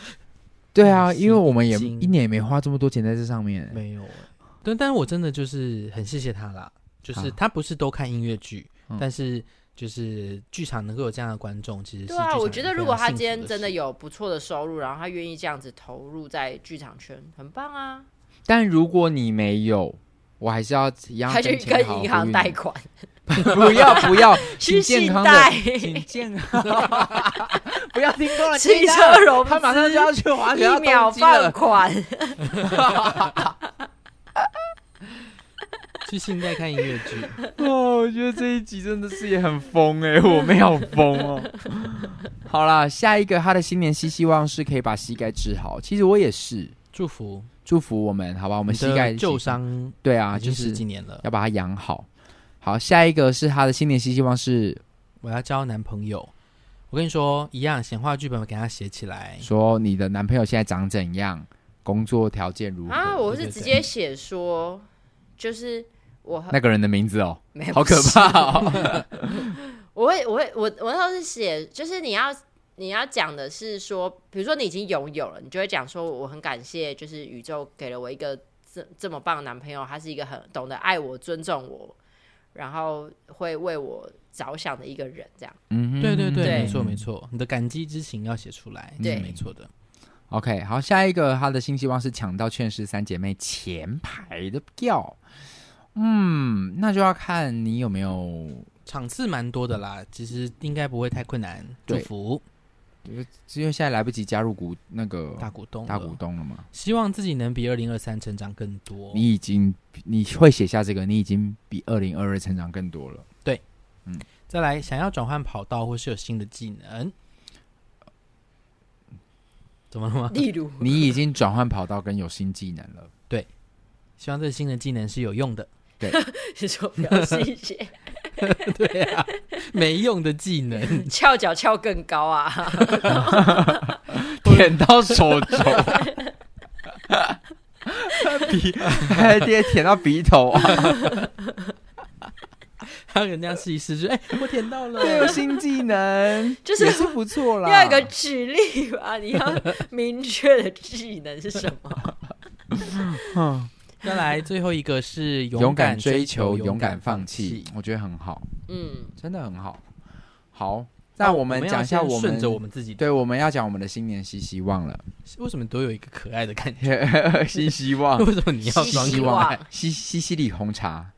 对啊，
是
因为我们也
金
一年也没花这么多钱在这上面。
没有欸，对，但是我真的就是很谢谢他啦，就是
好
他不是都看音乐剧，
啊嗯
但是就是剧场能够有这样的观众，其实是
对啊，
剧
我
场
觉得
非
如果
常
他
幸
今天
福
真的
事，
有不错的收入，然后他愿意这样子投入在剧场圈，很棒啊！
但如果你没有，我还是要一样
他就
跟钱
跟
好好
银行
呼吁
贷
你，
款， *laughs*
不要不要，请
去
健
信
康
贷
的，，请 *laughs* 健康，不要听光了，
汽
听
车
到
融
他马上就要去滑雪，
一秒放
放。
款，
去现在看音乐剧，
*laughs*
*laughs* 哦，我觉得这一集真的是也很疯哎、 *laughs* 我们好疯哦。 *laughs* 好啦，下一个他的新年新希望是可以把膝盖治好。其实我也是，
祝福
祝福我们，好吧？我
我
们膝盖
旧伤
对啊，
已
就
经十
是
几年了，
要把它养好。好，下一个是他的新年新希望是
我要交男朋友。我跟你说，一样显化剧本给他写起来，
说你的男朋友现在长怎样，工作条件如何？
啊，我
对
是
对
直
对
接写说，就是我很
那个人的名字哦，
没有
好可怕哦。
*laughs*
我会我会我我那时候是写，就是你要你要讲的是说，比如说你已经拥有了，你就会讲说我很感谢，就是宇宙给了我一个这这么棒的男朋友，他是一个很懂得爱我、尊重我，然后会为我着想的一个人，这样。
嗯哼，
对对对，
对
没错没错，你的感激之情要写出来，这是
对
没错的。
OK，好，下一个她的新希望是抢到《劝世三姐妹》前排的票。嗯，那就要看你有没有，
场次蛮多的啦，其实应该不会太困难。祝
对
福
因为现在来不及加入股那个
大股东，
大股，东了嘛。
希望自己能比二零二三成长更多。
你已经你会写下这个，你已经比二零二二成长
*laughs*
更多了。
再来，想要转换跑道或是有新的技能，怎么了吗？
例如，
啊你已经转换跑道跟有新技能
*laughs*
了。
希望这个新的技能是有用
*laughs*
的。
*laughs* 你说不要是一些
对啊，没用的技能，
翘脚翘更高啊，
舔到
*laughs*
手肘， *laughs* 鼻还舔舔到鼻头啊！
他人家试一试就哎、我舔到了。
*laughs* 对，有新技能，
就是
也是不错啦。
要有个指令吧，你要明确的技能是什么？
再来，最后一个是
勇
敢
敢追求，勇敢
放
放弃，我觉得很好，
嗯，
真的很好。好，那哦我
我
们
要
讲一下
先
我
顺
们
着我们自己，
对，我们要讲我们的新年新希望 *laughs* 了，
为什么都有一个可爱的感觉？
新 *laughs* 希望，
*laughs* 为什么你要
新
装
啊
希
希
可
望
爱？
望，西西西里红茶，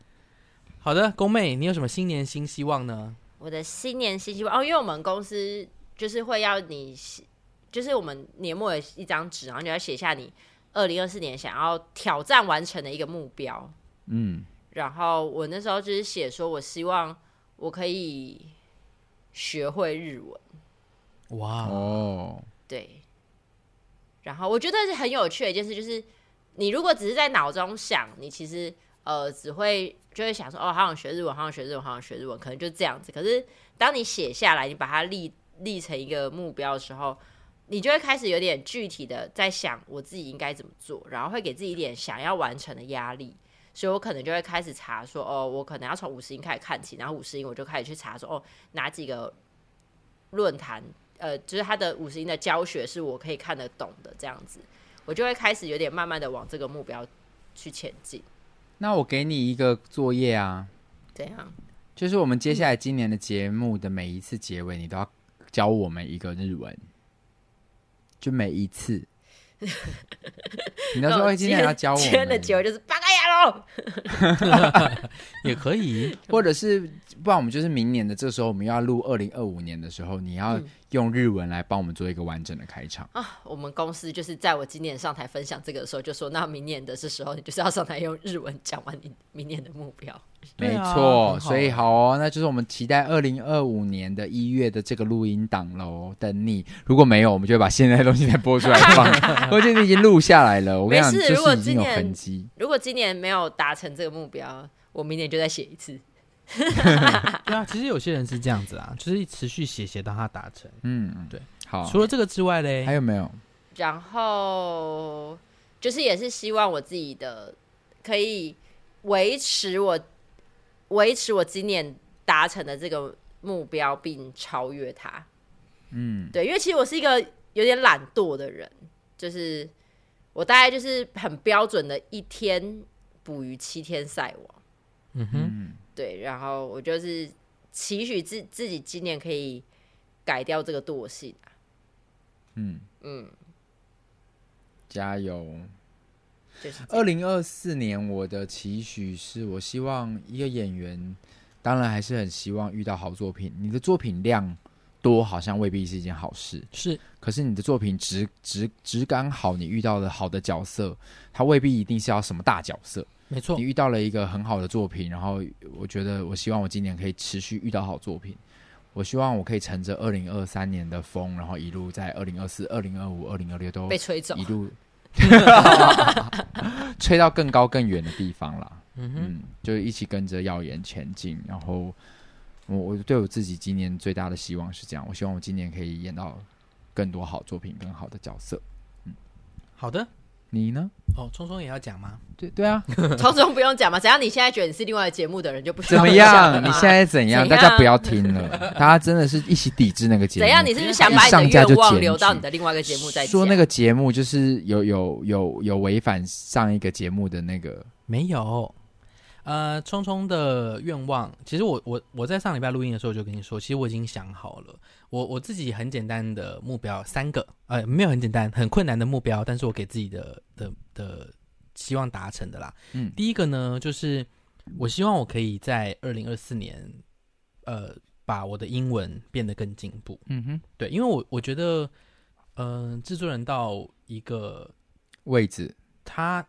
好的，宫妹，你有什么新年新希望呢？
我的新年新希望哦，因为我们公司就是会要你写，就是我们年末有一张纸，然后你要写下你二零二四年想要挑战完成的一个目标。
嗯，
然后我那时候就是写说，我希望我可以学会日文，
哇，
哦，
对。然后我觉得是很有趣的一件事，就是你如果只是在脑中想，你其实呃只会就会想说，哦，好想学日文，好想学日文，好想学日文，可能就这样子。可是当你写下来，你把它立立成一个目标的时候，你就会开始有点具体的在想我自己应该怎么做，然后会给自己一点想要完成的压力。所以我可能就会开始查说，哦，我可能要从五十音开始看起，然后五十音我就开始去查说，哦，哪几个论坛，呃，就是他的五十音的教学是我可以看得懂的这样子，我就会开始有点慢慢的往这个目标去前进，
那我给你一个作业啊，
这样。
就是我们接下来今年的节目的每一次结尾，你都要教我们一个日文，就每一
*laughs*
次。你那时候
那
会
我
今
哦今
天
天
要教我
今天的
们，
结尾就是八嘎呀喽，
也可以，
或者是不然我们就是明年的这时候，我们要录二零二五年的时候，你要
嗯
用日文来帮我们做一个完整的开场。
啊！我们公司就是在我今年上台分享这个的时候，就说那明年的这时候，你就是要上台用日文讲完你明年的目标。
没
对啊
错，
很好
所以好哦，那就是我们期待二零二五年的一月的这个录音档喽，等你。如果没有，我们就会把现在的东西再播出来
*laughs*
放。而且你已经录下来了，我跟你讲，
没事
就
如果
是已经有
今年
痕迹。
如果今年没有达成这个目标，我明年就再写一次。
*laughs* 对啊，其实有些人是这样子啊，就是持续写写到他达成。
嗯，嗯
对。
好，
除了这个之外嘞
还，有没有？
然后就是也是希望我自己的可以维持我维持我今年达成的这个目标，并超越它。
嗯，
对，因为其实我是一个有点懒惰的人，就是我大概就是很标准的一天捕鱼七天晒网。
嗯哼，
对，然后我就是期许自自己今年可以改掉这个惰性啊、
嗯，
嗯，
加油！
就是这样
二零二四年我的期许是我希望一个演员，当然还是很希望遇到好作品。你的作品量多，好像未必是一件好事。
是
可是你的作品质质质感好，你遇到了好的角色，它未必一定是要什么大角色。
没错
你，遇到了一个很好的作品，然后我觉得，我希望我今年可以持续遇到好作品。我希望我可以乘着二零二三年的风，然后一路在二零二四、二零二五、二零二六都
被吹走
一。
*laughs*
路吹到更高更远的地方啦。
嗯哼，
嗯，就一起跟着耀眼前进。然后我我对我自己今年最大的希望是这样，我希望我今年可以演到更多好作品、更好的角色。
好的。
你呢？
哦，聪聪也要讲吗？
对对啊，
从中不用讲嘛，只要你现在觉得你是另外的节目的人，就不需
怎
要
么
讲了
样？
嘛
你现在怎样？
怎
大
样
家不要听了，大家真的是一起抵制那个节目。
怎样？你是不是想把
一上
你
架
的
就
愿望
检
留到
举
你的另外一个节目再讲
说那个节目就是有有有有违反上一个节目的那个
没有。呃，聪聪的愿望，其实我我我在上礼拜录音的时候就跟你说，其实我已经想好了，我我自己很简单的目标三个，呃，没有很简单，很困难的目标，但是我给自己的的的希望达成的啦。
嗯
第一个呢，就是我希望我可以在二零二四年，呃，把我的英文变得更进步。
嗯哼
对，因为我我觉得，嗯、制作人到一个
位置，
他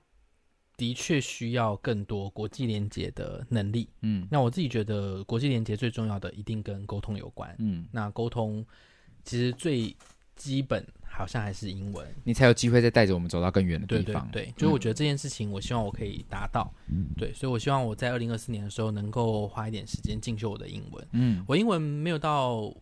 的确需要更多国际连接的能力。
嗯
那我自己觉得，国际连接最重要的一定跟沟通有关。
嗯，
那沟通其实最基本好像还是英文。
你才有机会再带着我们走到更远的
对
地
对
方。嗯
对，就是我觉得这件事情，我希望我可以达到。对，所以我希望我在二零二四年的时候能够花一点时间进修我的英文。
嗯
我英文没有到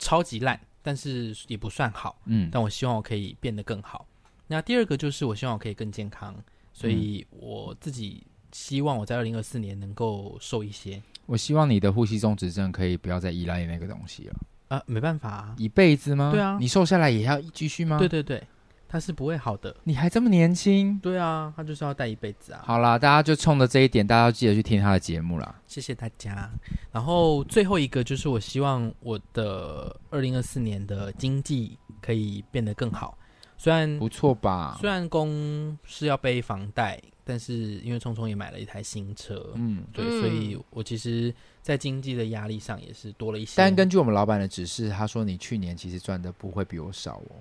超级烂，但是也不算好。
嗯
但我希望我可以变得更好。那第二个就是我希望我可以更健康，所以
嗯
我自己希望我在二零二四年能够瘦一些。
我希望你的呼吸中止症可以不要再依赖那个东西了，
啊，没办法、啊，
一辈子吗？
对啊
你瘦下来也要继续吗？
对对对，它是不会好的。
你还这么年轻。
对啊，他就是要带一辈子啊。
好啦，大家就冲着这一点，大家要记得去听他的节目啦。
谢谢大家。然后最后一个就是，我希望我的二零二四年的经济可以变得更好。虽然
不啊错吧？
虽然公是要背房贷，但是因为聪聪也买了一台新车，
嗯，
对，
嗯
所以我其实，在经济的压力上也是多了一些。
但根据我们老板的指示，他说你去年其实赚的不会比我少哦。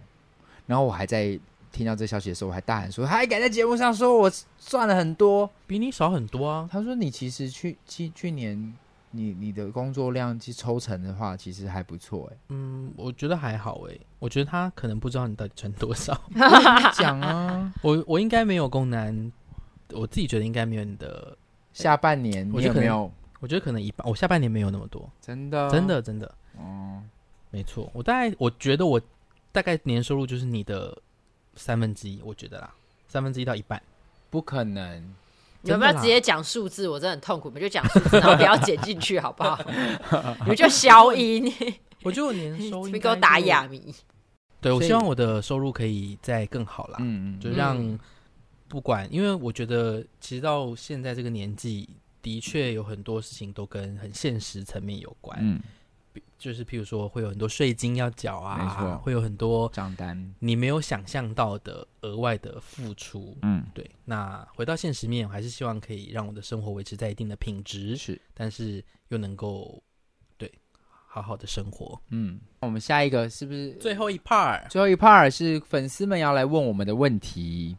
然后我还在听到这消息的时候，我还大喊说，他还敢在节目上说我赚了很多。
比你少很多啊。
他说你其实去去去年你你的工作量去抽成的话，其实还不错 *laughs* 哎。
嗯，我觉得还好诶、我觉得他可能不知道你到底赚多少。 *laughs*
讲啊，
我我应该没有功难，我自己觉得应该没有你的。
下半年
我就
你有
可能
没有
我觉得可能一半，我下半年没有那么多，
真的
真的真的。
嗯哦？
没错，我大概我觉得我大概年收入就是你的三分之一，我觉得啦，三分之一到一半。
不可能，
你
真
们不
的
要
啦
直接讲数字，我真的很痛苦。你们就讲数字，然后不要剪进去，好
*laughs*
不好？你们就消音，
我觉得我年收
*laughs* 你
入
们给我打。哑谜。
对，我
所以
希望我的收入可以再更好啦，
嗯
就
嗯，
让不管，因为我觉得其实到现在这个年纪，的确有很多事情都跟很现实层面有关，
嗯，
就是譬如说会有很多税金要缴
没错
啊，会有很多
账单，
你没有想象到的额外的付出。
嗯，
对，那回到现实面，我还是希望可以让我的生活维持在一定的品质，
是，
但是又能够对好好的生活。
嗯，我们下一个是不是
最后一 part，
最后一 part 是粉丝们要来问我们的问题。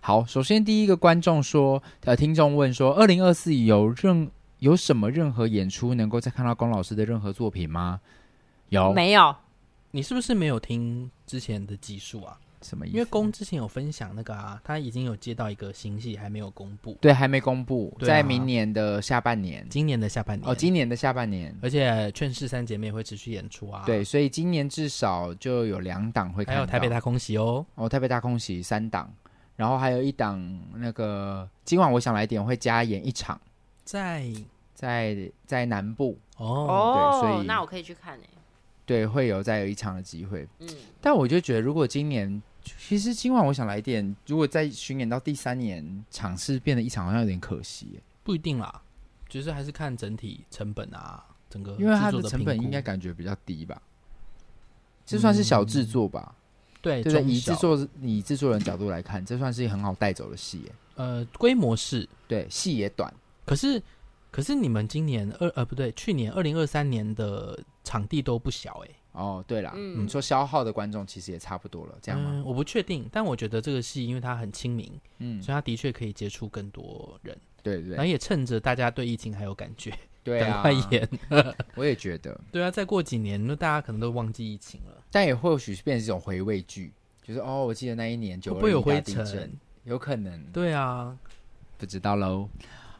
好，首先第一个观众说，呃，听众问说，二零二四有任有什么任何演出能够再看到龚老师的任何作品吗？有，
没有，
你是不是没有听之前的集数啊？
什么意思？
因为龚之前有分享那个啊，他已经有接到一个新戏，还没有公布，
对还没公布，
对啊
在明年的下半年
今年的下半年
哦，今年的下半年。
而且《劝世三姐妹》会持续演出啊，
对，，所以今年至少就有两档会看
还
到，
有台北大空袭哦，
哦，台北大空袭三档，然后还有一档那个今晚我想来点会加演一场，
在
在在南部，
哦，
哦，
对所以
那我可以去看诶、
对，会有再有一场的机会。
嗯，
但我就觉得，如果今年，其实今晚我想来点，如果再巡演到第三年，场次变得一场好像有点可惜耶，
不一定啦，就是还是看整体成本啊，整个
因为它
制作
成本
评估
应该感觉比较低吧。这算是小制作吧，
对
对不对？
嗯中
以
小
制作以制作人角度来看，这算是很好带走的戏耶。
呃规模是，
对，戏也短，
可是可是你们今年二呃不对，去年二零二三年的场地都不小哎、
哦，对啦，
嗯
你说消耗的观众其实也差不多了，这样吗？
嗯我不确定，但我觉得这个戏因为它很亲民，
嗯，
所以它的确可以接触更多人，
对对
然后
对
也趁着大家对疫情还有感觉，
对
哎赶
啊
快，演。 *laughs*
我也觉得，
对啊，再过几年，那大家可能都忘记疫情了，
但也或许是变成一种回味剧，就是哦，我记得那一年
会
九
不会有
二一
灰
大地震
尘，？
有可能
对啊，
不知道喽。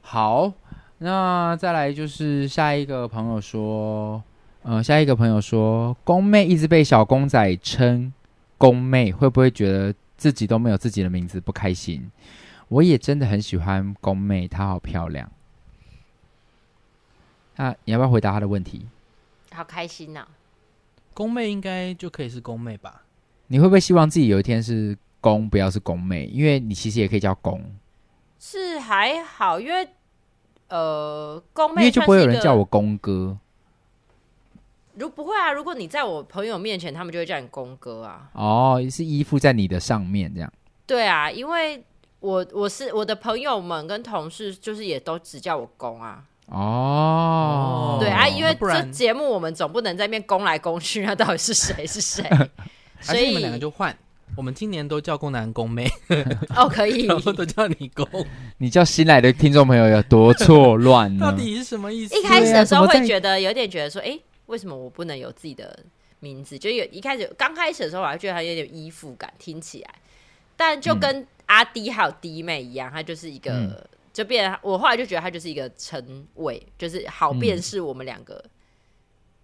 好，那再来就是下一个朋友说，呃，下一个朋友说，宫妹一直被小公仔称宫妹，会不会觉得自己都没有自己的名字不开心？我也真的很喜欢宫妹，她好漂亮。那你要不要回答她的问题？
好开心哦呐、
宫妹应该就可以是宫妹吧？
你会不会希望自己有一天是宫，不要是宫妹？因为你其实也可以叫宫，
是还好，因为呃，公
因
妹
为就
算
不会
是
有
一
人
个
叫我宫哥
如不会啊，如果你在我朋友面前，他们就会叫你公哥啊。
哦，是依附在你的上面这样。
对啊，因为我我是我的朋友们跟同事，就是也都只叫我公啊。
哦，
对啊，因为
那不
这
然
节目我们总不能在那边攻来攻去，那到底是谁是谁？
*laughs*
所
还是你们
以
两个就换？我们今年都叫宫男宫
*laughs*
妹，
哦，
*laughs*
可以，
然后都叫你宫，
你叫新来的听众朋友有多错乱
*laughs*
呢？
到底是什么意思？
一开始
对啊
的时
怎
候
么在
会觉得有点觉得说，哎、为什么我不能有自己的名字？就有一开始刚开始的时候，我还觉得他有点依附感，听起来，但就跟阿迪还有弟妹一样，他就是一个、
嗯
就变，我后来就觉得他就是一个称谓，就是好辨识我们两个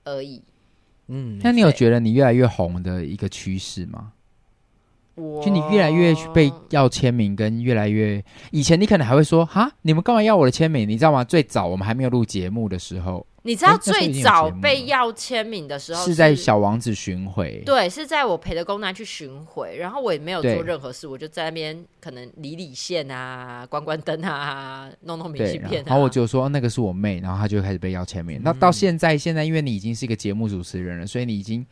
而已。
嗯，
*laughs* 那你有觉得你越来越红的一个趋势吗？
我
就你越来越被要签名，跟越来越以前你可能还会说哈，你们干嘛要我的签名？你知道吗？最早我们还没有录节目的时候，
你知道
诶那时候已经
最
有
早
节目
被
了
要签名的时候
是在小王子巡回，
对，是在我陪的公男去巡回，然后我也没有
对
做任何事，我就在那边可能理理线啊、关关灯啊、弄弄明
对，
信
然后
片啊。
然后我就说、哦那个是我妹，然后她就开始被邀签名。那到现在，现在因为你已经是一个节目主持人了，所以你已经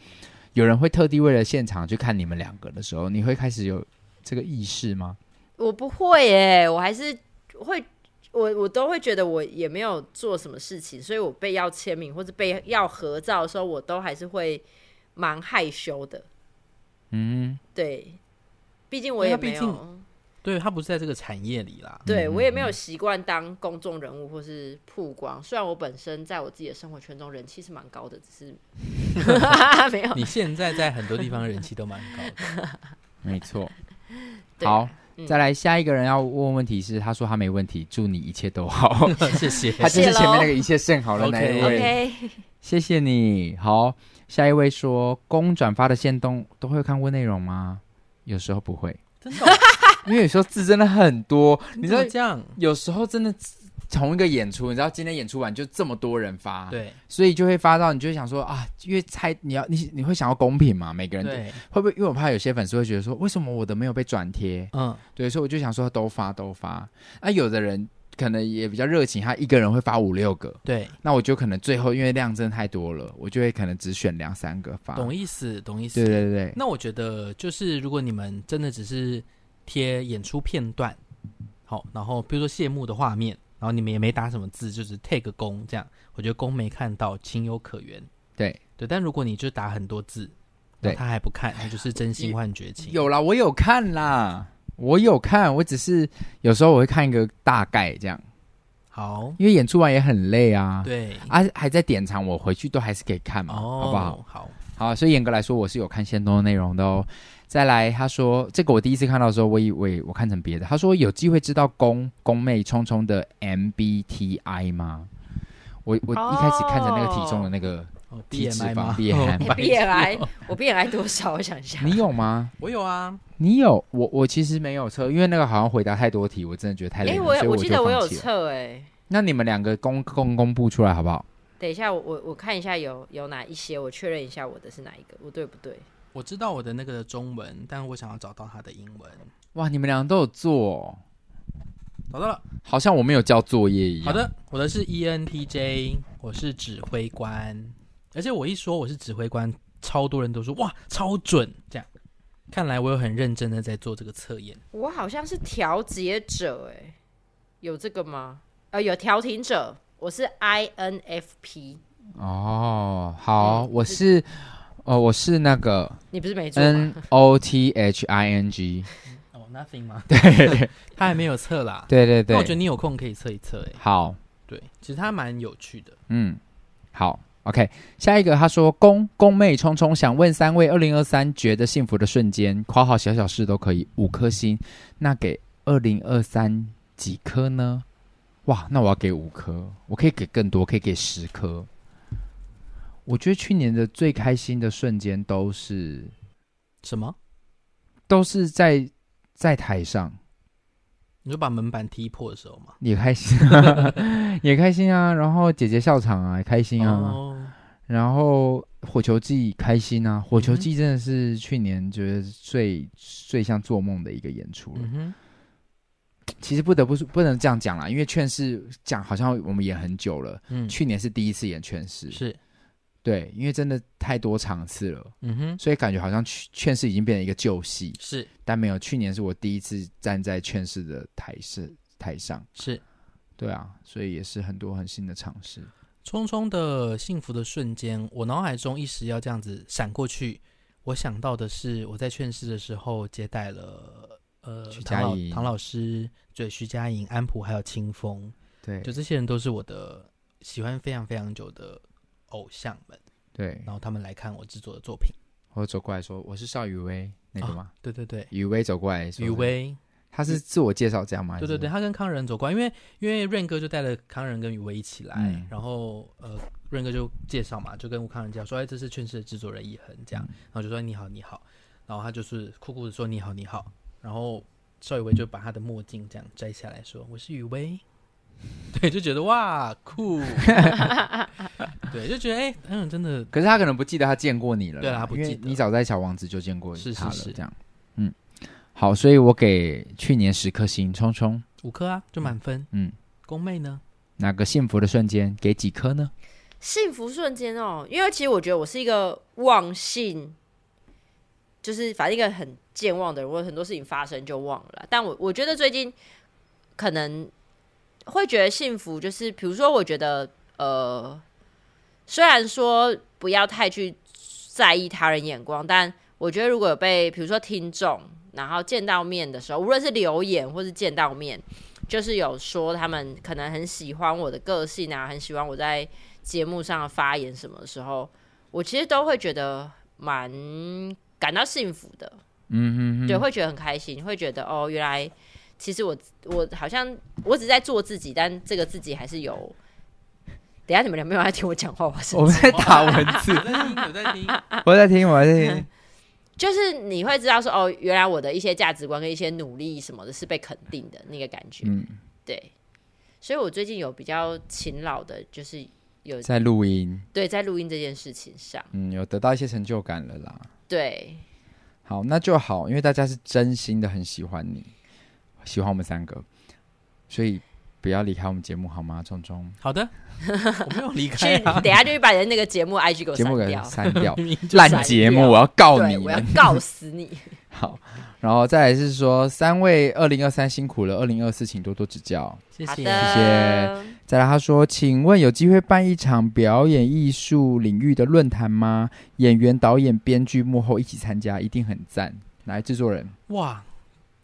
有人会特地为了现场去看你们两个的时候，你会开始有这个意识吗？
我不会耶，我还是会，我我都会觉得我也没有做什么事情，所以我被要签名或者被要合照的时候，我都还是会蛮害羞的。
嗯，
对，毕竟我
因为
也
他毕
没有，
对他不是在这个产业里啦，
对我也没
嗯
有习惯当公众人物或是曝光。虽然我本身在我自己的生活圈中人气是蛮高的，只
*laughs*
是没有
你现在在很多地方人气都蛮高
*laughs*
的，
没错。
对
好，
嗯
再来下一个人要问问题是，他说他没问题，祝你一切都好。
谢 *laughs* 谢。
他哦就是
谢
前面
咯
那个一切甚好的那一
OK
位。
OK。
谢谢你好，下一位说公转发的线动都会看过内容吗？有时候不会，
真的哦，
因为有时候字真的很多，你知道
怎么这样？
有时候真的同一个演出，你知道今天演出完就这么多人发，，
对
所以就会发到，你就会想说啊，因为猜你要你你会想要公平嘛，每个人
对，
会不会？因为我怕有些粉丝会觉得说，为什么我的没有被转贴？
嗯，
对，所以我就想说都发都发。啊，有的人可能也比较热情，他一个人会发五六个，
对，
那我就可能最后因为量真的太多了，我就会可能只选两三个发。
懂意思，懂意思。
啊对对对，
那我觉得就是，如果你们真的只是贴演出片段，好，然后比如说谢幕的画面，然后你们也没打什么字，就是 tag 公这样，我觉得公没看到，情有可原。
对
对，但如果你就打很多字，然
对
后他还不看，那就是真心换绝情。
有啦，我有看啦，我有看，我只是有时候我会看一个大概这样。
好，
因为演出完也很累啊。。
对，
啊，还在点场，我回去都还是可以看嘛，
哦，
嗯好不好？？
好，
好，所以严格来说，我是有看先动的内容的哦。再来，他说这个我第一次看到的时候，我以为我看成别的。他说有机会知道宫宫妹冲冲的 MBTI 吗？我我
哦
一开始看成那个体重的那个，
哦
体脂
BMI
肪
吗
BMI
*laughs*
哦
BMI，我 BMI 多少？我想一下，
你有吗？
我有啊，
你有？我我其实没有测，因为那个好像回答太多题，我真的觉得太累
诶
了，
我
所以
我
就
记得我有
放弃了。
测哎、
那你们两个公公公布出来好不好？
等一下我我我看一下有有哪一些，我确认一下我的是哪一个，我对不对？
我知道我的那个中文，但我想要找到他的英文，
哇，你们两个都有做哦、
找到了。
好像我没有交作业一样。
好的，我的是 E ENTJ，我是指挥官，而且我一说我是指挥官，超多人都说哇超准，这样，看来我有很认真的在做这个测验。
我好像是调节者哎、有这个吗？呃，有调停者，我是 INFP，
哦，好，
嗯
我是，呃，我是那个
你不是没做吗
N O T H I N G，
哦、nothing 吗？
对
他还没有测啦。
对对
那我觉得
对，
你有空可以测一测、哎，
好，
对，其实他蛮有趣的。
嗯，好，OK，下一个他说宫宫妹冲冲想问三位，二零二三觉得幸福的瞬间，括号小小事都可以，五颗星，那给二零二三几颗呢？哇，那我要给五颗，我可以给更多，可以给十颗。我觉得去年的最开心的瞬间都是
什么？
都是在在台上
你就把门板踢破的时候吗？
也开心、
*laughs*
也开心啊。然后姐姐笑场啊，也开心啊。
哦，
然后火球季开心啊，火球
嗯哼
季真的是去年觉得最、最像做梦的一个演出了。
嗯哼，
其实不得不说，不能这样讲啦，因为劝世讲好像我们演很久了，
嗯，
去年是第一次演劝世，
是，
对，因为真的太多场次了，
嗯哼，
所以感觉好像劝劝世已经变成一个旧戏，
是
但没有，去年是我第一次站在劝世的台式台上。
是。
对啊，所以也是很多很新的尝试。
匆匆的幸福的瞬间，我脑海中一时要这样子闪过去，我想到的是我在劝世的时候接待了呃
徐
唐
佳
老
莹
唐老师，对徐佳莹、安普还有清风，
对
就这些人都是我的喜欢非常非常久的偶像们，
对，
然后他们来看我制作的作品，
我走过来说我是邵雨薇那个吗？
对对对，
雨薇走过来说，
啊雨，薇，
他是自我介绍这样吗？
对对对，
还
他跟康仁走过来，因为因为润哥就带了康仁跟雨薇一起来，
嗯
然后呃，润哥就介绍嘛，就跟康仁讲说，哎，这是劝世的制作人一恒这样，
嗯
然后就说你好你好，然后他就是酷酷的说
*laughs*
你好你好，然后邵雨薇就把他的墨镜这样摘下来说我是雨薇，对，就觉得哇酷，对，就觉得哎、嗯，真的
可是他可能不记得他见过你了啦，
对啦他不
因为
记得
你早在小王子就见过
是是
他了，
是
这样，嗯，好，所以我给去年十颗星，冲冲，
五颗啊，就满分。
嗯，
宫妹呢？
哪个幸福的瞬间给几颗呢？
幸福瞬间哦，因为其实我觉得我是一个忘性，就是反正一个很健忘的人，我有很多事情发生就忘了啦。但我我觉得最近可能会觉得幸福，就是比如说，我觉得呃，虽然说不要太去在意他人眼光，但我觉得如果有被比如说听众，然后见到面的时候，无论是留言或是见到面，就是有说他们可能很喜欢我的个性啊，很喜欢我在。节目上的发言什么的时候，我其实都会觉得蛮感到幸福的，
嗯哼哼，
对，会觉得很开心，会觉得哦，原来其实我我好像我只是在做自己，但这个自己还是有。等一下你们俩没有在听我讲话，我
*laughs*
是
我们在打文
*laughs*
字，
有在听，有在听。
我在听，我在听，
*laughs* 就是你会知道说哦，原来我的一些价值观跟一些努力什么的是被肯定的那个感觉，
嗯，
对。所以我最近有比较勤劳的，就是有
在录音，
对在录音这件事情上，
嗯，有得到一些成就感了啦。
对
好，那就好，因为大家是真心的很喜欢你，喜欢我们三个，所以不要离开我们节目好吗？聪聪，
好的，我没有离
去
开啊。，
*laughs*
等一下就去把人那个节目 IG 给我
节目
删
给
掉， *laughs* 哦
删掉
明明
烂节目，我要告
对，
你
我要
们。
告死你！
好，然后再来是说，三位二零二三辛苦了，二零二四请多多指教。
*laughs* 谢
好
谢。
的，
再来，他说：“请问有机会办一场表演艺术领域的论坛吗？演员、导演、编剧、幕后一起参加，一定很赞。”来，制作人，
哇，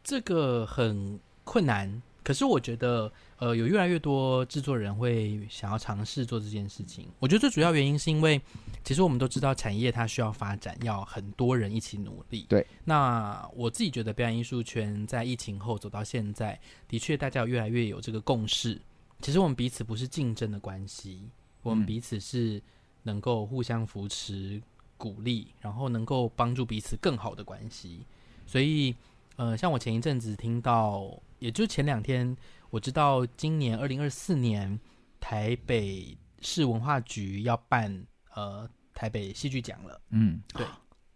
这个很困难。可是我觉得，呃，有越来越多制作人会想要尝试做这件事情。我觉得最主要原因是因为，其实我们都知道产业它需要发展，要很多人一起努力。
对。
那我自己觉得，表演艺术圈在疫情后走到现在，的确大家有越来越有这个共识。其实我们彼此不是竞争的关系，我们
嗯
彼此是能够互相扶持、鼓励，然后能够帮助彼此更好的关系。所以，呃，像我前一阵子听到，也就前两天，我知道今年二零二四年台北市文化局要办呃台北戏剧奖了。
嗯，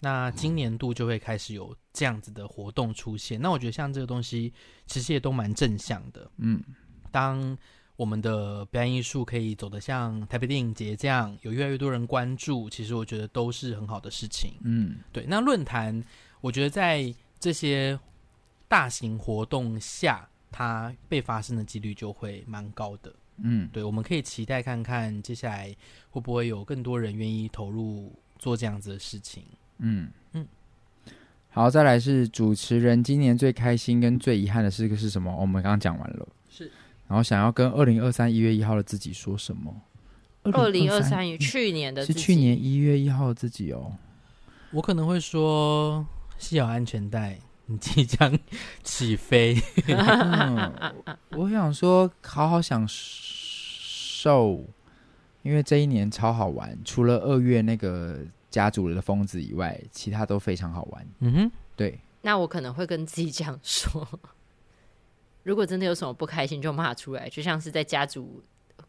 那今年度就会开始有这样子的活动出现。那我觉得像这个东西，其实也都蛮正向的。
嗯，
当我们的表演艺术可以走得像台北电影节这样，有越来越多人关注，其实我觉得都是很好的事情。
嗯，
对，那论坛，我觉得在这些大型活动下，它被发生的几率就会蛮高的。
嗯，
对，我们可以期待看看接下来会不会有更多人愿意投入做这样子的事情。
嗯嗯
嗯，
好，再来是主持人今年最开心跟最遗憾的事是什么？我们刚刚讲完了，
是。
然后想要跟二零二三一月一号的自己说什么？
二零二
2023
三与嗯去年的
是
自
去
己，
年一月一号的自己
*laughs*
哦。
我可能会说，系好安全带，你即将 *laughs* 起飞。
嗯，我想说好好享受，因为这一年超好玩，除了二月那个家族的疯子以外，其他都非常好玩。
嗯哼，
对，
那我可能会跟自己这样说：如果真的有什么不开心，就骂出来，就像是在家族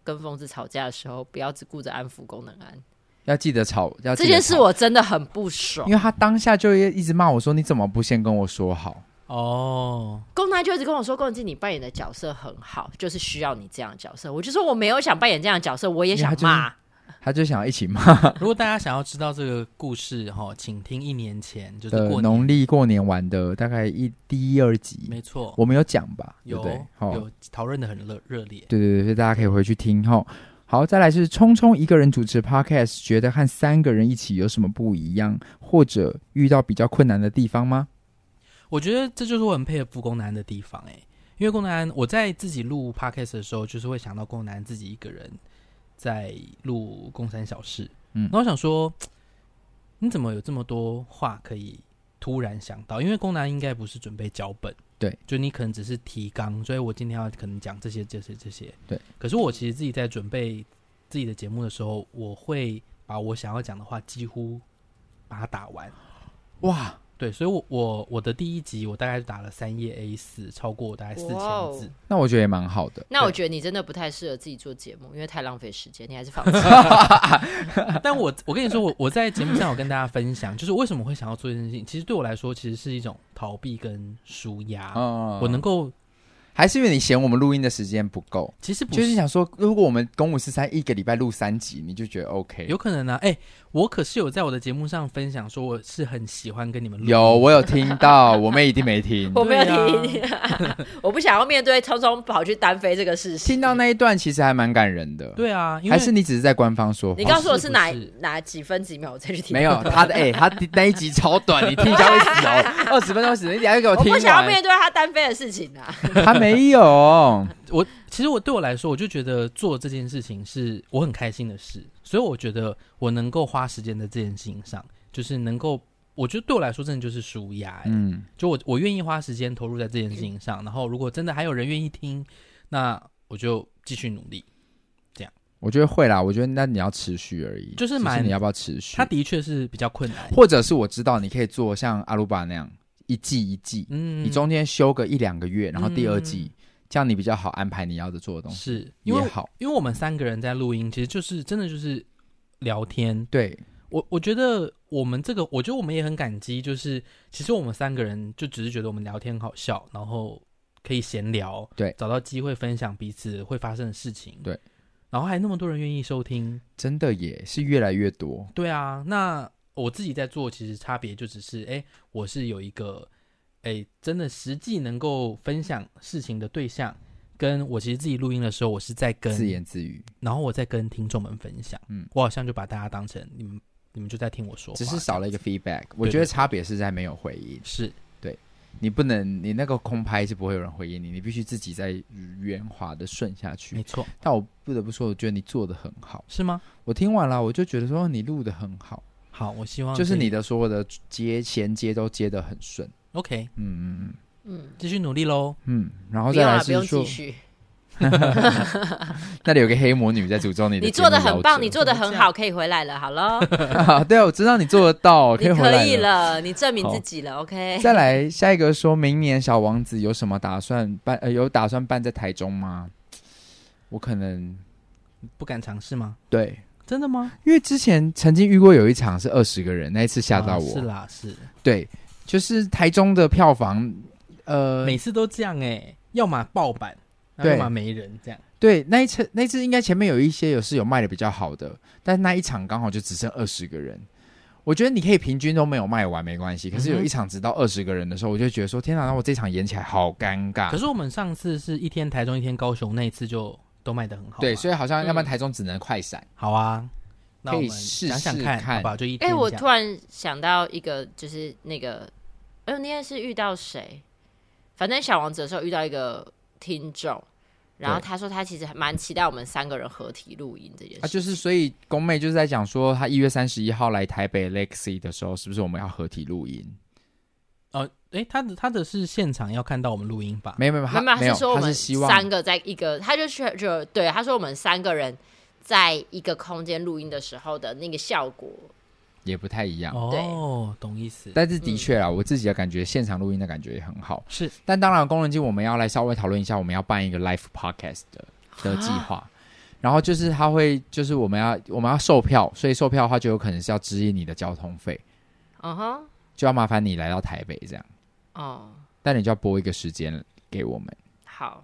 跟疯子吵架的时候，不要只顾着安抚功能安。
要记得吵，要记
这嗯
得
件事
吵，
我真的很不
哦
爽
因，为他当下就一直骂我说：“你怎么不先跟我说好
哦，
功能安就一直跟我说：“龚静，你扮演的角色很好，就是需要你这样的角色。”我就说我没有想扮演这样的角色，我也
因为他
想
就是
骂。？”
*laughs*
他就想要一起骂。
如果大家想要知道这个故事哈、请听一年前，就是
的
过年，
农历过年玩的大概一第一二集，
没错，
我们有讲吧？对
有
不对？好，
有讨论的很热热烈。
对对对，所以大家可以回去听哈。好，再来是聪聪一个人主持 podcast，觉得和三个人一起有什么不一样，或者遇到比较困难的地方吗？
我觉得这就是我很佩服龚南的地方哎、因为龚南我在自己录 podcast 的时候，就是会想到龚南自己一个人在录《共三小事》，嗯，
嗯
然后我想说，你怎么有这么多话可以突然想到？因为龚南应该不是准备脚本，
对，
就你可能只是提纲，所以我今天要可能讲这些这些这些，
对。
可是我其实自己在准备自己的节目的时候，我会把我想要讲的话几乎把它打完。
哇，
对，所以我我我的第一集我大概打了三页 A 四，超过大概四
哇哦
千字。
那我觉得也蛮好的。
那我觉得你真的不太适合自己做节目，因为太浪费时间，你还
*laughs*
是放弃。
但我我跟你说，我我在节目上有跟大家分享，就是为什么会想要做这件事情。其实对我来说，其实是一种逃避跟舒压。
嗯
啊我能够，
还是因为你嫌我们录音的时间不够，
其实不
就是
是
想说，如果我们公五十三一个礼拜录三集，你就觉得 OK。
有可能呢、啊。哎、我可是有在我的节目上分享说，我是很喜欢跟你们录音
*laughs* 有，我有听到，我妹一定
*laughs*
没听。
我没有
对
听， *laughs* 我不想要面对匆匆跑去单飞这个事实
*laughs* 听。到那一段其实还蛮感人的。，
对啊，因为
还是你只是在官方说
你
话？
告诉我是哪
是不
哪几分几秒，我再去听。
*laughs* 没有，他的哎、他那一集超短，你听一下会死
*laughs*
哦，二十分钟死，你等一下就给我
我
听
不想要
完。
面对他单飞的事情啊。
他
*laughs*
没有，
我其实我对我来说，我就觉得做这件事情是我很开心的事，所以我觉得我能够花时间在这件事情上，就是能够，我觉得对我来说真的就是舒压、欸
嗯，
就我我愿意花时间投入在这件事情上，然后如果真的还有人愿意听，那我就继续努力。
我觉得会啦，我觉得那你要持续而已，
就是
只
蛮
你要不要持续
他？的确是比较困难，
或者是我知道你可以做像阿鲁巴那样一季一季，
嗯
你中间休个一两个月，然后第二季，这样你比较好安排你要的做的东西，
是因
也
为
好。
因为我们三个人在录音，其实就是真的就是聊天，
对，
我我觉得我们这个，我觉得我们也很感激，就是其实我们三个人就只是觉得我们聊天好笑，然后可以闲聊，
对
找到机会分享彼此会发生的事情，
对，
然后还那么多人愿意收听，
真的也是越来越多。
对啊，那我自己在做，其实差别就只是，哎，我是有一个，哎，真的实际能够分享事情的对象，跟我其实自己录音的时候，我是在跟
自言自语，
然后我再跟听众们分享，
嗯
我好像就把大家当成你们，你们就在听我说话，
只是少了一个 feedback。我
对
觉得
对
差别是在没有回应，
是。
你不能，你那个空拍是不会有人回应你，你必须自己在圆滑的顺下
没
去。
错，
但我不得不说，我觉得你做的很好。
是吗？
我听完了，我就觉得说你录的很好，
好，我希望
就是
可以
你的所有的接衔接都接的很顺。
OK，
嗯嗯
嗯，
继续努力喽。
嗯嗯，然后
不
再
用
来
了，不
是
用
说
继，续。
那里有个黑魔女在诅咒你的
你
节
做
目
的
饶
很棒，
舌
你做
*laughs*
的很好，可以回来了。好了，
啊， *laughs* 对啊，我知道你做得到，
你
哦以回
可
来
以
了。
了，你证明
好
自己了。OK，
再来下一个，说明年小王子有什么打算办？呃，有打算办在台中吗？我可能
不敢尝试吗？
对，
真的吗？
因为之前曾经遇过有一场是二十个人，那一次吓
啊
到
是
我。
啦，是，
对，就是台中的票房，呃，
每次都这样哎、要么爆版，那
对
要么没人这样。
对，那一次那一次应该前面有一些有是有卖的比较好的，但那一场刚好就只剩二十个人。我觉得你可以平均都没有卖完没关系，可
嗯
是
哼
有一场只到二十个人的时候，我就觉得说天哪，那我这场演起来好尴尬
可。是我们上次是一天台中，一天高雄，那一次就都卖得很好嘛。
对，所以好像要不然
嗯
台中只能快闪。
好啊，那
可
我
以
们
试
想想
试
看，
看
好不好？就一
哎、
天这样。
我突然想到一个，就是那个，哎、那天是遇到谁？反正小王子的时候遇到一个听众，然后
对
他说他其实还蛮期待我们三个人合体录音这件事。
啊，就是所以宫妹就是在讲说，她一月三十一号来台北 Lexi 的时候，是不是我们要合体录音？
哦，哎、他的他的是现场要看到我们录音吧？
没有没有
没有，没有
没
他是说我
她
们
是希望
三个在一个，他就觉就对，他说我们三个人在一个空间录音的时候的那个效果，
也不太一样。
哦，懂意思。
但是的确啊，我自己的感觉，现场录音的感觉也很好。
是，
但当然，工人机我们要来稍微讨论一下，我们要办一个 live podcast 的的计划。然后就是他会，就是我们要我们要售票，所以售票的话就有可能是要支应你的交通费，
嗯哼，
就要麻烦你来到台北这样。
哦，
但你就要拨一个时间给我们，
好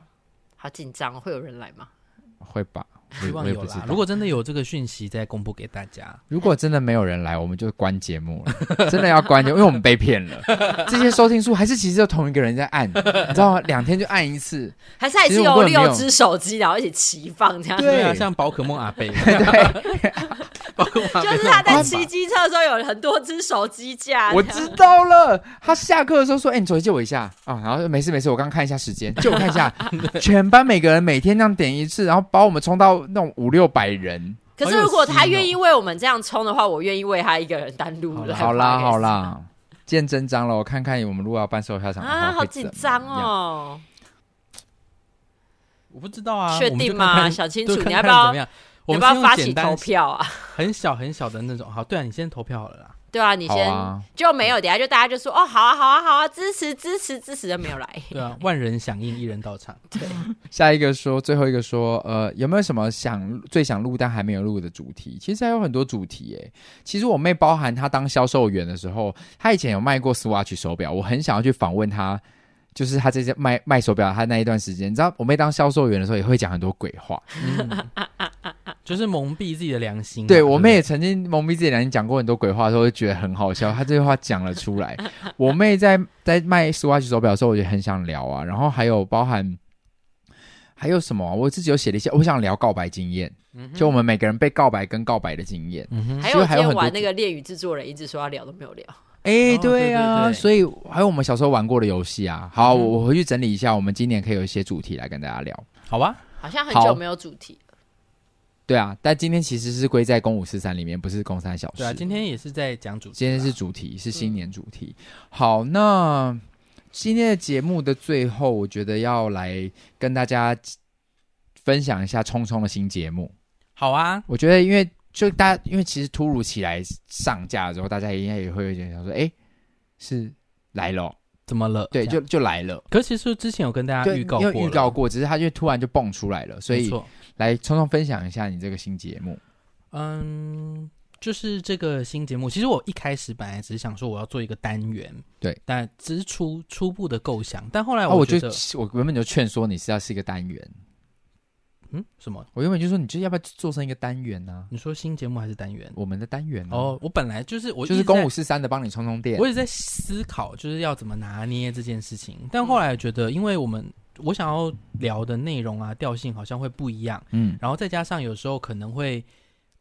好紧张哦，会有人来吗？
会吧？我
希望
我也
有
不知
啦
道。。
如果真的有这个讯息，再公布给大家。
如果真的没有人来，我们就关节目了， *laughs* 真的要关节目，因为我们被骗了。
*laughs*
这些收听数还是其实有同一个人在按，你知道吗？两天就按一
*laughs*
次，
还是还
其
是
实我
有
根本没有
六只手机，然后一起齐放这样？
对
啊，像宝可梦阿贝，
对，
*laughs* 宝可
*laughs*
梦阿贝
就是他在骑机车的时候有很多只手机架，
我
这样
知道了。他下课的时候说：“哎、你手机借我一下啊。然后说没事没事，我刚看一下时间，借我看一
*laughs*
下。全班每个人每天这样点一次，然后把我们冲到那种五六百人。
可
好
是
有
如果他
心哦
愿意为我们这样冲的话，我愿意为他一个人单录了。
好啦好啦，见真章了。我看看我们如果要办售票场的话
啊，好
会怎
紧
么
张
样。
哦！
我不知道啊，
确
我们
定
就看看
吗想清
就
楚
看
你要
看
不要
怎么样？我
要
们
不要
先用
发
简
起
单
投票啊？ *laughs*
很小很小的那种。好，对啊，你先投票好了啦。
对啊，你
好
先、
啊，
就没有，等下就大家就说哦，好啊，好啊，好啊，支持支持支持的没有来，
对啊，万人响应，一人到场。
下一个说，最后一个说，呃，有没有什么想最想录但还没有录的主题？其实还有很多主题诶。其实我妹包含她当销售员的时候，她以前有卖过 Swatch 手表，我很想要去访问她，就是她这些卖卖手表，她那一段时间，你知道我妹当销售员的时候也会讲很多鬼话。
嗯， *laughs* 就是蒙蔽自己的良心啊、
对
不
我妹也曾经蒙蔽自己良心讲过很多鬼话的时候，我就觉得很好笑。她这句话讲了
*laughs*
出来。我妹在在卖 Swatch 手表的时候，我就很想聊啊。然后还有包含还有什么啊、我自己有写了一些，我想聊告白经验，
嗯哼
就我们每个人被告白跟告白的经验。
嗯哼，
还
其
有
实还
今
有
天
很多
玩那个恋与制作人一直说要聊都没有聊，
哎、
哦
对
对
啊，
对对嗯
所以还有我们小时候玩过的游戏啊。好，我我回去整理一下，我们今年可以有一些主题来跟大家聊。
好吧，
好像很
好
久没有主题了。
对啊，但今天其实是归在公五四三里面，不是公三小时。
对啊，今天也是在讲主题啦，
今天是主题，
啊
是新年主题。好，那今天的节目的最后，我觉得要来跟大家分享一下聪聪的新节目。
好啊，
我觉得，因为就大家，因为其实突如其来上架之后，大家应该也会有点想说，哎，是来了哦，
怎么了？
对，
这
就
样
就来了。
可是其实之前有跟大家
对，
预告
因
过
为
了，
预告过，只是它就突然就蹦出来了，所
没
以
错
来聪聪分享一下你这个新节目。
嗯，就是这个新节目，其实我一开始本来只是想说我要做一个单元，
对，
但只是初初步的构想，但后来
啊，我
觉
就
得，
我原本就劝说你是要是一个单元，
嗯，什么？
我原本就说你就要不要做成一个单元啊呢、
你说新节目还是单元？
我们的单元、啊、
哦，我本来就是我
就是
公
公五四三的帮你充充电
我。也在思考，就是要怎么拿捏这件事情。但后来觉得，因为我们我想要聊的内容啊、调性好像会不一样，
嗯，
然后再加上有时候可能会，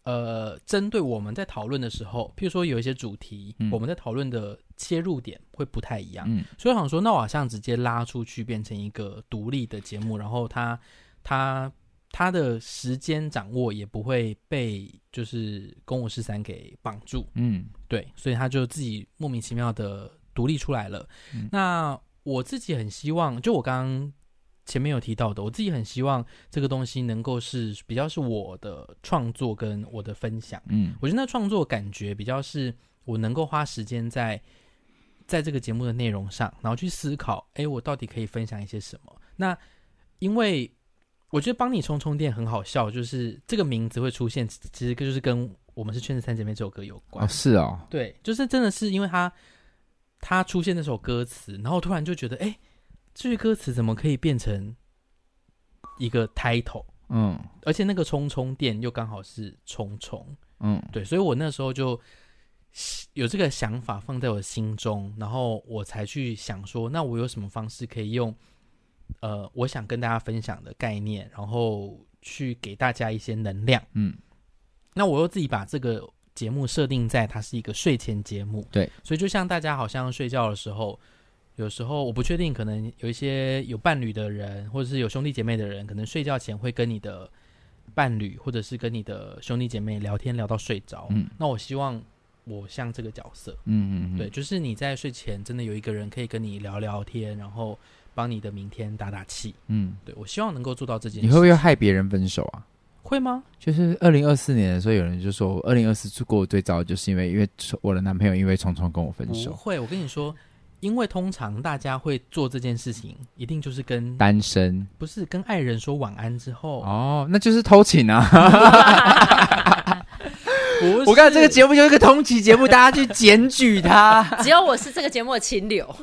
呃，针对我们在讨论的时候，譬如说有一些主题，
嗯
我们在讨论的切入点会不太一样。
嗯
所以我想说，那我好像直接拉出去变成一个独立的节目，然后它它它的时间掌握也不会被就是公五十三给绑住。
嗯
对，所以他就自己莫名其妙的独立出来了。
嗯
那我自己很希望，就我刚刚前面有提到的，我自己很希望这个东西能够是比较是我的创作跟我的分享。
嗯
我觉得那创作感觉比较是我能够花时间在在这个节目的内容上，然后去思考，哎，我到底可以分享一些什么？那因为我觉得帮你充充电很好笑，就是这个名字会出现，其实就是跟我们是圈子三姐妹这首歌有关。
哦是哦，
对，就是真的是因为他他出现那首歌词，然后突然就觉得，哎，这句歌词怎么可以变成一个 title？
嗯
而且那个冲冲店又刚好是冲冲，
嗯
对，所以我那时候就有这个想法放在我心中，然后我才去想说，那我有什么方式可以用，呃，我想跟大家分享的概念，然后去给大家一些能量。
嗯
那我又自己把这个节目设定在它是一个睡前节目，
对，
所以就像大家好像睡觉的时候，有时候我不确定，可能有一些有伴侣的人，或者是有兄弟姐妹的人，可能睡觉前会跟你的伴侣或者是跟你的兄弟姐妹聊天聊到睡着。
嗯
那我希望我像这个角色，
嗯嗯，
对，，就是你在睡前真的有一个人可以跟你聊聊天，然后帮你的明天打打气。
嗯，
对我希望能够做到这件事，
你会不会害别人分手啊？
会吗？
就是二零二四年的时候，有人就说，二零二四过得最糟，就是因为因为我的男朋友因为聪聪跟我分
不
手，
会，我跟你说，因为通常大家会做这件事情，一定就是跟
单身
不是跟爱人说晚安之后，
哦，那就是偷情啊！
*laughs* 不是
我看这个节目就是个通缉节目，大家去检
*laughs*
举他。
只有我是这个节目的
*laughs*
清流，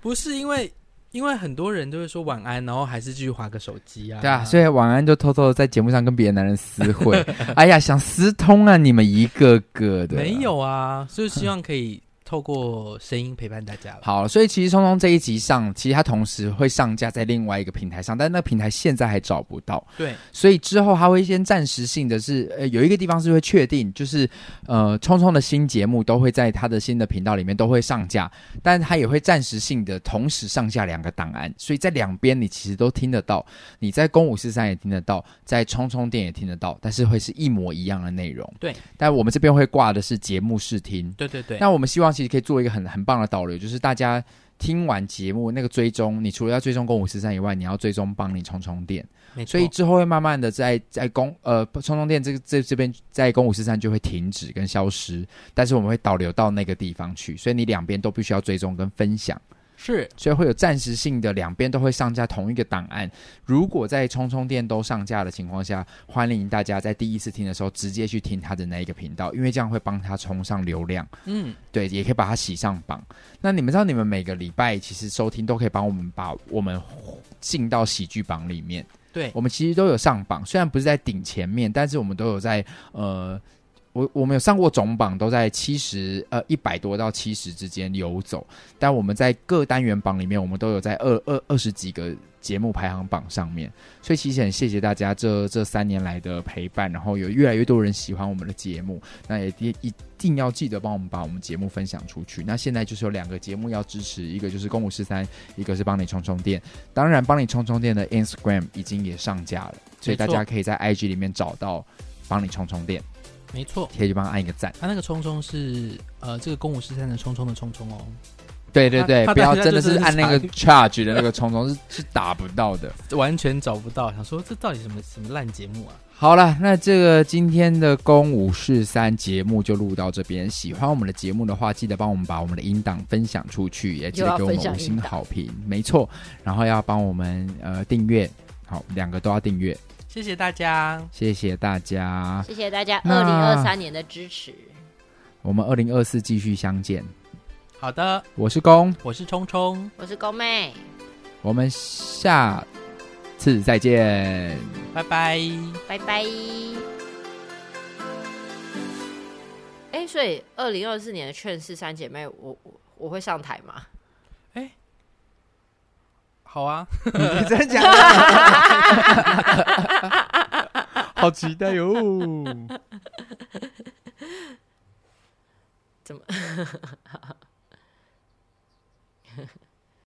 不是因为因为很多人都会说晚安，然后还是继续划个手机啊。
对啊，所以晚安就偷偷的在节目上跟别的男人私
*laughs*
会。哎呀，想私通啊，你们一个个的。
没有啊，所以希望可以透过声音陪伴大家了。
好，所以其实聪聪这一集上，其实它同时会上架在另外一个平台上，但那个平台现在还找不到，
对，
所以之后它会先暂时性的是，呃，有一个地方是会确定，就是呃，聪聪的新节目都会在它的新的频道里面都会上架，但它也会暂时性的同时上架两个档案，所以在两边你其实都听得到，你在公五四三也听得到，在聪聪店也听得到，但是会是一模一样的内容。
对，
但我们这边会挂的是节目试听，
对对对，
那我们希望其实可以做一个很很棒的导流，就是大家听完节目那个追踪，你除了要追踪公五十三以外，你要追踪帮你充充电，
没错
所以之后会慢慢的在在公呃充充电这个这这边在公五十三就会停止跟消失，但是我们会导流到那个地方去，所以你两边都必须要追踪跟分享。
是
所以会有暂时性的两边都会上架同一个档案。如果在充充电都上架的情况下，欢迎大家在第一次听的时候直接去听他的那一个频道，因为这样会帮他冲上流量，
嗯，
对，也可以把它洗上榜。那你们知道，你们每个礼拜其实收听都可以帮我们把我们进到喜剧榜里面。
对
我们其实都有上榜，虽然不是在顶前面，但是我们都有在呃，我我们有上过总榜，都在七十呃一百多到七十之间游走，但我们在各单元榜里面，我们都有在二二二十几个节目排行榜上面，所以其实很谢谢大家这这三年来的陪伴，然后有越来越多人喜欢我们的节目，那也一一定要记得帮我们把我们节目分享出去。那现在就是有两个节目要支持，一个就是公五十三，一个是帮你充充电。当然，帮你充充电的 Instagram 已经也上架了，所以大家可以在 IG 里面找到帮你充充电，
没错。
可以帮他按一个赞。
他那个冲冲是呃，这个公五十三的冲冲的冲冲哦，
对对对，
他
不要
他
真的是
他
按那个
就是
charge 的那个充充是是打不到的。
完全找不到，想说这到底什么什么烂节目啊？
好了，那这个今天的公五四三节目就录到这边。喜欢我们的节目的话，记得帮我们把我们的音档分享出去，也记得给我们五星好评，没错。然后要帮我们呃订阅，好，两个都要订阅，
谢谢大家，
谢谢大家。
谢谢大家
那
二零二三年的支持，
我们二零二四继续相见，
好的，
我是公，
我是冲冲，
我是高妹，
我们下次再见。
拜拜。
拜拜。哎、所以二零二四年的劝世三姐妹，我我我会上台吗？
好啊，
*laughs* 真的假 *laughs* 的？好期待哟、
怎么？